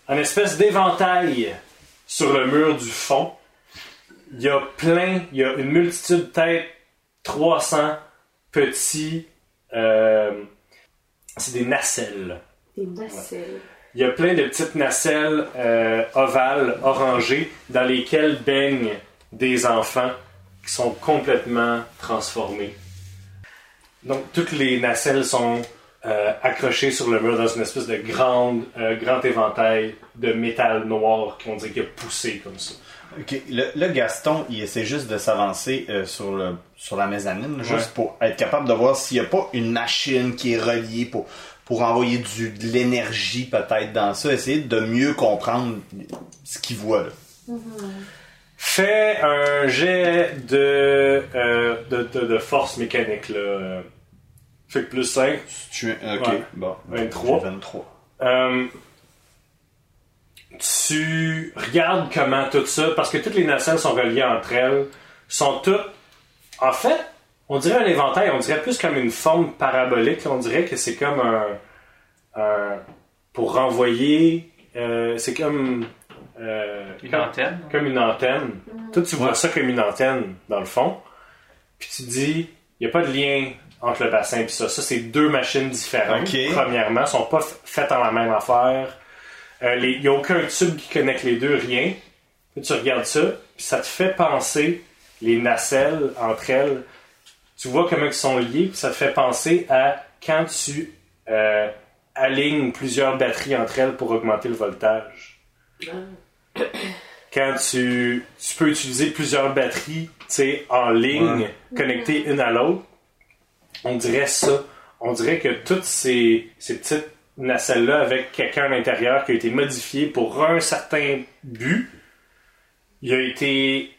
Speaker 2: un espèce d'éventail sur le mur du fond il y a plein, il y a une multitude, peut-être 300 petits. euh, c'est des nacelles.
Speaker 8: Des nacelles.
Speaker 2: Il y a plein de petites nacelles euh, ovales, orangées, dans lesquelles baignent des enfants qui sont complètement transformés. Donc, toutes les nacelles sont euh, accrochées sur le mur dans une espèce de grande, euh, grand éventail de métal noir qu'on dirait qu'il a poussé comme ça.
Speaker 4: Ok, le, le Gaston, il essaie juste de s'avancer euh, sur, le, sur la mezzanine,
Speaker 2: Ouais.
Speaker 4: juste pour être capable de voir s'il n'y a pas une machine qui est reliée pour, pour envoyer du, de l'énergie peut-être dans ça, essayer de mieux comprendre
Speaker 7: ce qu'il voit là.
Speaker 2: Fais un jet de, euh, de, de- de force mécanique, là. euh. Fait que plus 5.
Speaker 4: Tu es. Ok,
Speaker 2: Ouais.
Speaker 4: bon.
Speaker 2: 23.
Speaker 4: J'ai 23.
Speaker 2: Euh, tu regardes comment tout ça, parce que toutes les nations sont reliées entre elles, sont toutes. En fait, on dirait un inventaire, on dirait plus comme une forme parabolique, on dirait que c'est comme un. un- pour renvoyer. euh, c'est comme. euh,
Speaker 6: Une
Speaker 2: comme-
Speaker 6: antenne.
Speaker 2: comme une antenne. Toi, tu vois ça comme une antenne, dans le fond. Puis tu dis, il n'y a pas de lien entre le bassin et ça. Ça, c'est deux machines différentes,
Speaker 4: Ok.
Speaker 2: premièrement. Elles sont pas f- faites en la même affaire. Euh, les- Il n'y a aucun tube qui connecte les deux, rien. Puis tu regardes ça, puis ça te fait penser les nacelles entre elles. Tu vois comment ils sont liés, puis ça te fait penser à quand tu euh, alignes plusieurs batteries entre elles pour augmenter le voltage quand tu, tu peux utiliser plusieurs batteries tu sais, en ligne, connectées une à l'autre, on dirait ça. On dirait que toutes ces, ces petites nacelles-là avec quelqu'un à l'intérieur qui a été modifié pour un certain but, il a été.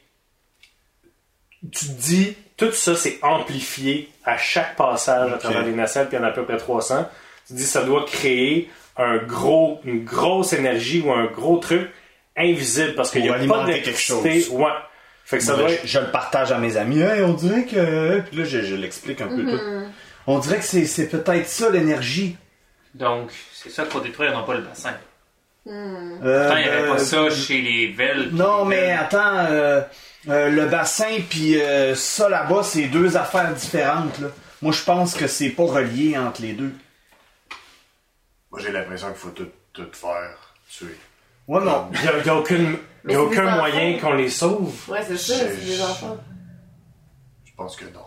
Speaker 2: Tu te dis, tout ça c'est amplifié à chaque passage à travers les nacelles, puis il y en a à peu près 300. Tu te dis, ça doit créer un gros, une grosse énergie ou un gros truc invisible parce qu'il n'y
Speaker 4: Pour
Speaker 2: a pas
Speaker 4: alimenter quelque chose.
Speaker 2: d'électricité. Ouais. Fait que ça
Speaker 4: Moi,
Speaker 2: doit
Speaker 4: je-
Speaker 2: être-
Speaker 4: je, le partage à mes amis. Hey, on dirait que. Puis là, je, je l'explique un peu tout. On dirait que c'est- c'est peut-être ça l'énergie.
Speaker 6: Donc, c'est ça qu'il faut détruire, non pas le bassin.
Speaker 4: Euh,
Speaker 6: Pourtant, il n'y avait pas
Speaker 4: euh,
Speaker 6: ça chez les Vels.
Speaker 4: Non,
Speaker 6: Les
Speaker 4: mais
Speaker 6: Vels.
Speaker 4: attends, euh, euh, le bassin puis euh, ça là-bas, c'est deux affaires différentes. Là. Moi, je pense que c'est pas relié entre les deux.
Speaker 7: Moi, j'ai l'impression qu'il faut tout, tout faire, tuer. Euh,
Speaker 4: Ouais, mais
Speaker 7: Non.
Speaker 4: on-
Speaker 2: Il n'y a, il y a aucune- il y a
Speaker 8: Mais c'est des
Speaker 2: aucun
Speaker 8: enfants.
Speaker 2: moyen qu'on les sauve.
Speaker 8: Ouais, c'est ça,
Speaker 7: Je-
Speaker 8: c'est des enfants.
Speaker 7: Je pense que non.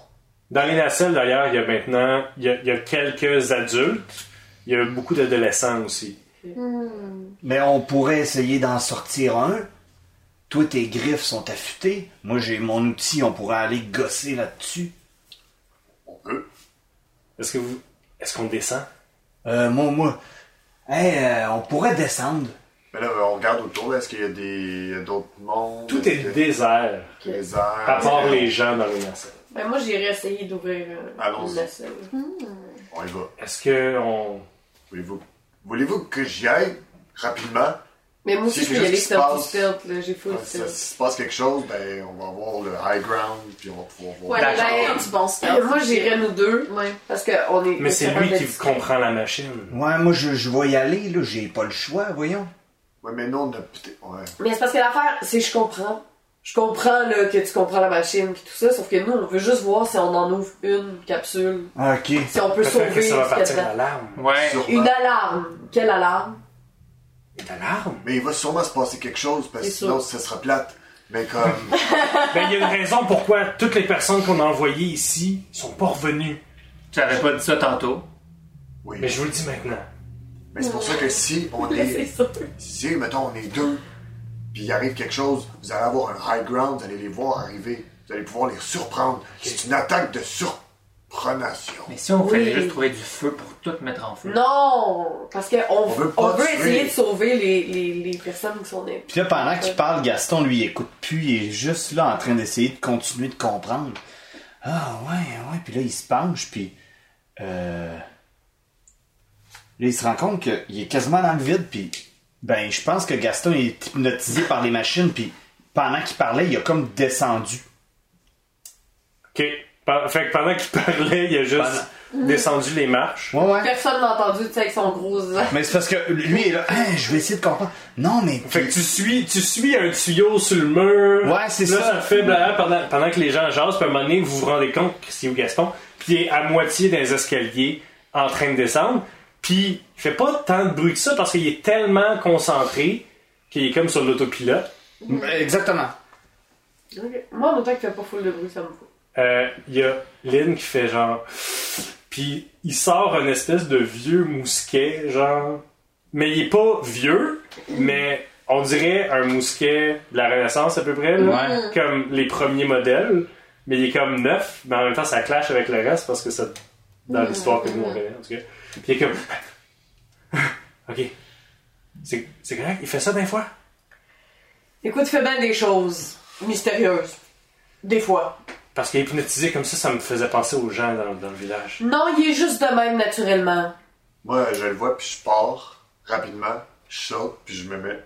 Speaker 2: Dans les nacelles, d'ailleurs, il y a maintenant il y a, il y a quelques adultes. Il y a beaucoup d'adolescents aussi.
Speaker 6: Mm.
Speaker 4: mais on pourrait essayer d'en sortir un. Toi, tes griffes sont affûtées. Moi, j'ai mon outil, on pourrait aller gosser là-dessus.
Speaker 7: On peut.
Speaker 2: Est-ce que vous est-ce qu'on descend
Speaker 4: Euh, moi, moi. Hey, euh, on pourrait descendre.
Speaker 7: Mais là, on regarde autour. Est-ce qu'il y a des d'autres mondes?
Speaker 2: Tout est
Speaker 7: Est-ce que-
Speaker 2: désert,
Speaker 7: Des airs.
Speaker 2: à part les gens dans les nacelles.
Speaker 8: Ben, moi, j'irais essayer d'ouvrir euh,
Speaker 7: Allons-y.
Speaker 8: une nacelle.
Speaker 7: On y va.
Speaker 2: Est-ce que on
Speaker 7: Voulez-vous voulez-vous que j'y aille rapidement?
Speaker 8: Mais moi aussi,
Speaker 7: Si
Speaker 8: je peux
Speaker 7: quelque
Speaker 8: y aller
Speaker 7: chose
Speaker 8: stealth
Speaker 7: se
Speaker 8: stealth, là. J'ai full
Speaker 7: Ah, ça-
Speaker 8: stealth.
Speaker 7: S'il se passe quelque chose, ben, on va avoir le high ground, puis on va pouvoir voir.
Speaker 5: Ouais,
Speaker 6: D'accord.
Speaker 5: là, du bon
Speaker 8: Euh,
Speaker 5: stealth.
Speaker 8: Moi, j'irais nous deux.
Speaker 5: Ouais.
Speaker 8: Parce qu'on est.
Speaker 2: mais c'est
Speaker 8: capable
Speaker 2: lui qui
Speaker 8: d'être-
Speaker 2: comprend la machine.
Speaker 4: Ouais, moi, je, je vais y aller, là. J'ai pas le choix, voyons.
Speaker 7: Ouais, mais non, on a peut-être. Ouais.
Speaker 8: Mais c'est parce que l'affaire, c'est je comprends. Je comprends là, que tu comprends la machine puis tout ça, sauf que nous, on veut juste voir si on en ouvre une capsule,
Speaker 4: Ah, ok.
Speaker 8: si on peut sauver
Speaker 2: Peut-être que ça va
Speaker 8: ce qu'il y a
Speaker 2: partir
Speaker 8: dedans.
Speaker 4: euh,
Speaker 2: l'alarme.
Speaker 6: Ouais.
Speaker 7: Sûrement.
Speaker 8: Une alarme. Quelle alarme?
Speaker 2: L'alarme
Speaker 7: Mais il va sûrement se passer quelque chose, parce que
Speaker 5: C'est
Speaker 7: sinon, ça sera plate. Mais comme.
Speaker 2: Ben il y a une raison pourquoi toutes les personnes qu'on a envoyées ici sont pas revenues.
Speaker 6: Tu n'avais pas dit ça tantôt.
Speaker 7: oui.
Speaker 2: Mais je vous le dis maintenant.
Speaker 7: Mais c'est pour ça que si on
Speaker 8: C'est
Speaker 7: est.
Speaker 8: ça.
Speaker 7: Si, mettons, on est deux, puis il arrive quelque chose, vous allez avoir un high ground, vous allez les voir arriver. Vous allez pouvoir les surprendre. C'est une attaque de surprenation.
Speaker 6: Mais si on
Speaker 8: Oui.
Speaker 6: fallait juste trouver du feu pour tout mettre en feu.
Speaker 8: Non! Parce qu'on on
Speaker 7: veut
Speaker 8: veut,
Speaker 7: pas tuer.
Speaker 8: essayer de sauver les, les, les personnes qui sont nées.
Speaker 4: Puis là, pendant qu'il parle, Gaston, lui, il écoute plus. Il est juste là en train d'essayer de continuer de comprendre. Ah, ouais, ouais. Puis là, il se penche, puis. Euh... Là, il se rend compte qu'il est quasiment dans le vide, puis. Ben, je pense que Gaston est hypnotisé par les machines, puis pendant qu'il parlait, il a comme descendu.
Speaker 2: OK. Pe- Fait que pendant qu'il parlait, il a juste descendu les marches.
Speaker 4: Ouais, ouais.
Speaker 8: Personne n'a entendu, tu sais, avec son gros.
Speaker 4: Mais c'est parce que lui, il est là. Hein, je vais essayer de comprendre. Non, mais.
Speaker 2: Fait que tu suis, tu suis un tuyau sur le mur.
Speaker 4: Ouais, c'est
Speaker 2: Là,
Speaker 4: ça.
Speaker 2: ça fait blabla pendant, pendant que les gens jasent. Puis à un moment donné, vous vous rendez compte que c'est où Gaston. Puis il est à moitié dans les escaliers en train de descendre. Puis il fait pas tant de bruit que ça parce qu'il est tellement concentré qu'il est comme sur l'autopilote.
Speaker 4: Exactement.
Speaker 8: Ok. Moi, mon temps qui fait pas full de bruit, ça me fout.
Speaker 2: Euh, Il y a Lynn qui fait genre. Puis il sort une espèce de vieux mousquet, genre. Mais il est pas vieux, mais on dirait un mousquet de la Renaissance à peu près, là. comme les premiers modèles. Mais il est comme neuf, mais en même temps ça clash avec le reste parce que ça. dans l'histoire que nous on connaît, en tout cas. Puis il est comme. ok. C'est c'est correct, il fait ça des fois?
Speaker 8: Écoute, fais bien des choses mystérieuses. Des fois.
Speaker 2: Parce qu'il est hypnotisé comme ça, ça me faisait penser aux gens dans, dans le village.
Speaker 8: Non, il est juste de même naturellement.
Speaker 7: Moi, je le vois, puis je pars rapidement, je saute, puis je me mets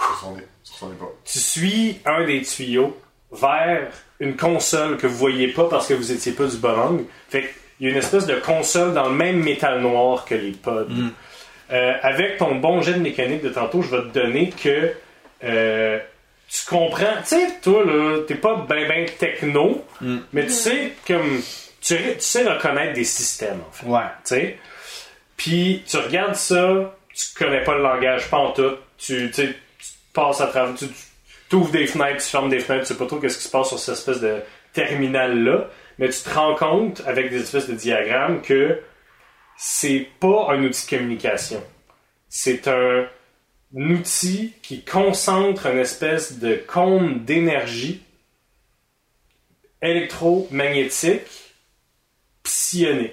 Speaker 7: sur son, é- sur son épaule.
Speaker 2: Tu suis un des tuyaux vers une console que vous voyez pas parce que vous étiez pas du bon angle. Fait qu'il y a une espèce de console dans le même métal noir que les pods. Euh, avec ton bon jet de mécanique de tantôt, je vais te donner que euh, tu comprends. Tu sais, toi, là, t'es pas ben ben techno, mais tu sais comme. Tu, tu sais reconnaître des systèmes, en fait.
Speaker 4: Ouais.
Speaker 2: Tu sais? Puis tu regardes ça, tu connais pas le langage, pas en tout. Tu, tu, sais, tu passes à travers, tu, tu ouvres des fenêtres, tu fermes des fenêtres, tu sais pas trop qu'est-ce qui se passe sur cette espèce de terminal-là. Mais tu te rends compte, avec des espèces de diagrammes, que c'est pas un outil de communication. C'est un outil qui concentre une espèce de cône d'énergie électromagnétique psionique.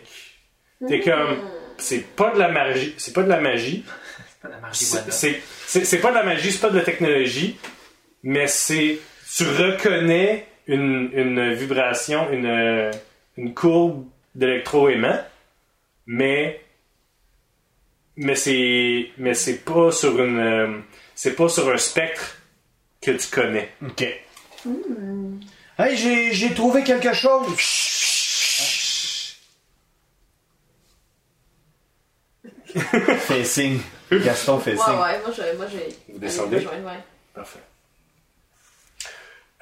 Speaker 2: T'es comme, c'est pas de la magie, c'est pas de la magie,
Speaker 6: C'est pas de la
Speaker 4: Ah,
Speaker 6: marijuana.
Speaker 2: c'est- c'est c'est- c'est pas de la magie, c'est pas de la technologie, mais c'est, tu reconnais une, une vibration, une, euh, une courbe d'électroaimant, mais mais c'est mais c'est pas sur une euh, c'est pas sur un spectre que tu connais.
Speaker 4: Ok. Hey, j'ai- j'ai trouvé quelque chose. Fais signe. Gaston fait
Speaker 5: Ouais,
Speaker 4: signe.
Speaker 5: ouais, moi, je, moi j'ai.
Speaker 2: Vous descendez?
Speaker 5: Allez, rejoindre, ouais.
Speaker 2: Parfait.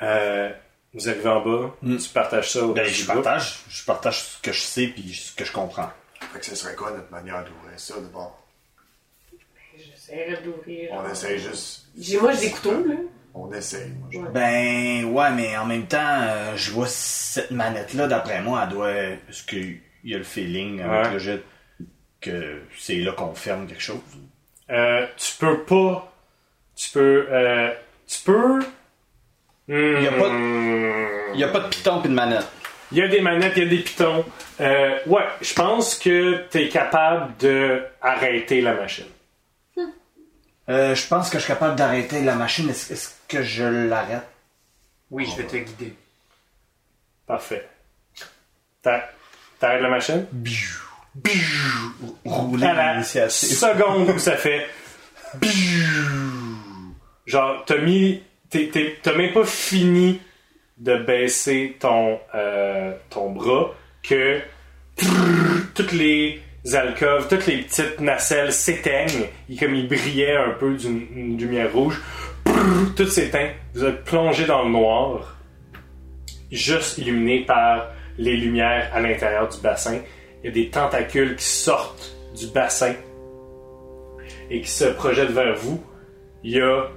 Speaker 2: Euh, vous arrivez en bas,
Speaker 4: Mm.
Speaker 2: tu partages ça au
Speaker 4: Ben,
Speaker 2: reste du
Speaker 4: je
Speaker 2: groupe.
Speaker 4: partage, je partage ce que je sais puis ce que je comprends.
Speaker 7: Fait que ce serait quoi notre manière d'ouvrir ça d'abord?
Speaker 8: J'essaierai d'ouvrir.
Speaker 7: On essaye juste.
Speaker 8: J'ai, moi, j'ai des couteaux, là.
Speaker 7: On essaye. moi, je-
Speaker 4: Ben ouais, mais en même temps, euh, je vois cette manette là d'après moi, elle doit parce que il y a le feeling avec
Speaker 2: Ouais.
Speaker 4: le jet que c'est là qu'on ferme quelque chose.
Speaker 2: Euh, tu peux pas. Tu peux. euh, tu peux. Il
Speaker 4: y a pas Il y a pas de piton puis de manette.
Speaker 2: Il y a des manettes, il y a des pitons. Euh, ouais, je pense que tu es capable de arrêter la machine.
Speaker 4: Euh, je pense que je suis capable d'arrêter la machine. Est-ce est-ce que je l'arrête
Speaker 6: Oui, je vais te guider.
Speaker 2: Parfait. T'a- T'arrêtes la machine?
Speaker 4: Rouler
Speaker 2: À la
Speaker 4: l'initiative.
Speaker 2: seconde où Ah, ben, ça fait. biou. Genre, t'as mis. t'es- t'es- T'as même pas fini de baisser ton, euh, ton bras que toutes les alcoves, toutes les petites nacelles s'éteignent. Il, comme il brillait un peu d'une une lumière rouge. Tout s'éteint. Vous êtes plongé dans le noir, juste illuminé par les lumières à l'intérieur du bassin. Il y a des tentacules qui sortent du bassin et qui se projettent vers vous. Il y a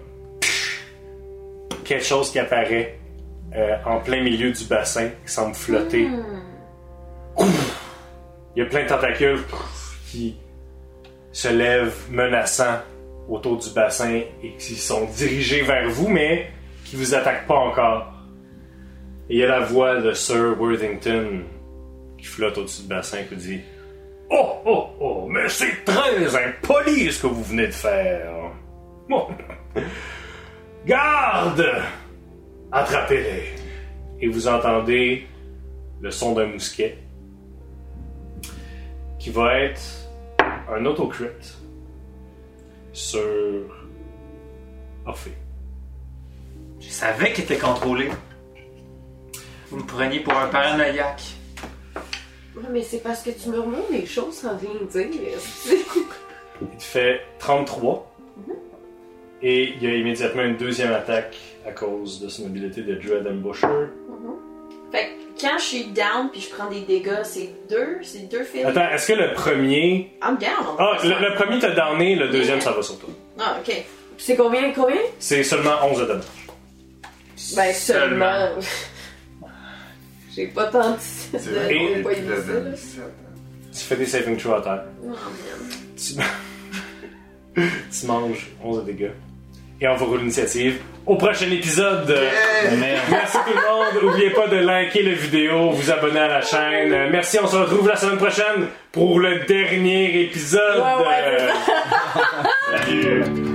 Speaker 2: quelque chose qui apparaît euh, en plein milieu du bassin qui semble flotter. Il y a plein de tentacules qui se lèvent menaçants autour du bassin et qui sont dirigés vers vous, mais qui vous attaquent pas encore. Et il y a la voix de Sir Worthington qui flotte au-dessus du bassin qui dit Oh, oh, oh, mais c'est très impoli ce que vous venez de faire. Bon. Garde Attrapez-les. Et vous entendez le son d'un mousquet qui va être un autocrit sur Orphée.
Speaker 6: Je savais qu'il était contrôlé. Vous me preniez pour un paranoïaque.
Speaker 8: Ouais, mais c'est parce que tu murmures des choses sans rien dire.
Speaker 2: Il te fait 33. Et il y a immédiatement une deuxième attaque à cause de son habilité de Dread Ambusher.
Speaker 5: Fait que quand je suis down puis je prends des dégâts, c'est deux, c'est deux films.
Speaker 2: Attends, est-ce que le premier.
Speaker 5: I'm down. on
Speaker 2: Ah,
Speaker 5: fait
Speaker 2: le,
Speaker 5: ça.
Speaker 2: le premier t'a downé, le deuxième ça va sur toi.
Speaker 5: Ah, ok.
Speaker 8: c'est combien, combien?
Speaker 2: C'est seulement 11 de dommage.
Speaker 8: Ben,
Speaker 6: Seulement.
Speaker 8: seulement. j'ai pas tant de...
Speaker 7: C'est vrai qu'on
Speaker 2: Et-
Speaker 7: est
Speaker 8: de-
Speaker 7: plus
Speaker 8: de-
Speaker 7: level
Speaker 8: de-
Speaker 7: 17, hein.
Speaker 2: Tu fais des saving throws à terre.
Speaker 5: Oh, man.
Speaker 2: Tu, tu manges 11 de dégâts. Et on va rouler l'initiative au prochain épisode.
Speaker 4: Merde.
Speaker 2: Merci tout le monde. N'oubliez pas de liker la vidéo, vous abonner à la chaîne. Euh, Merci, on se retrouve la semaine prochaine pour le dernier épisode.
Speaker 8: Ouais, ouais, c'est
Speaker 2: Euh, Salut.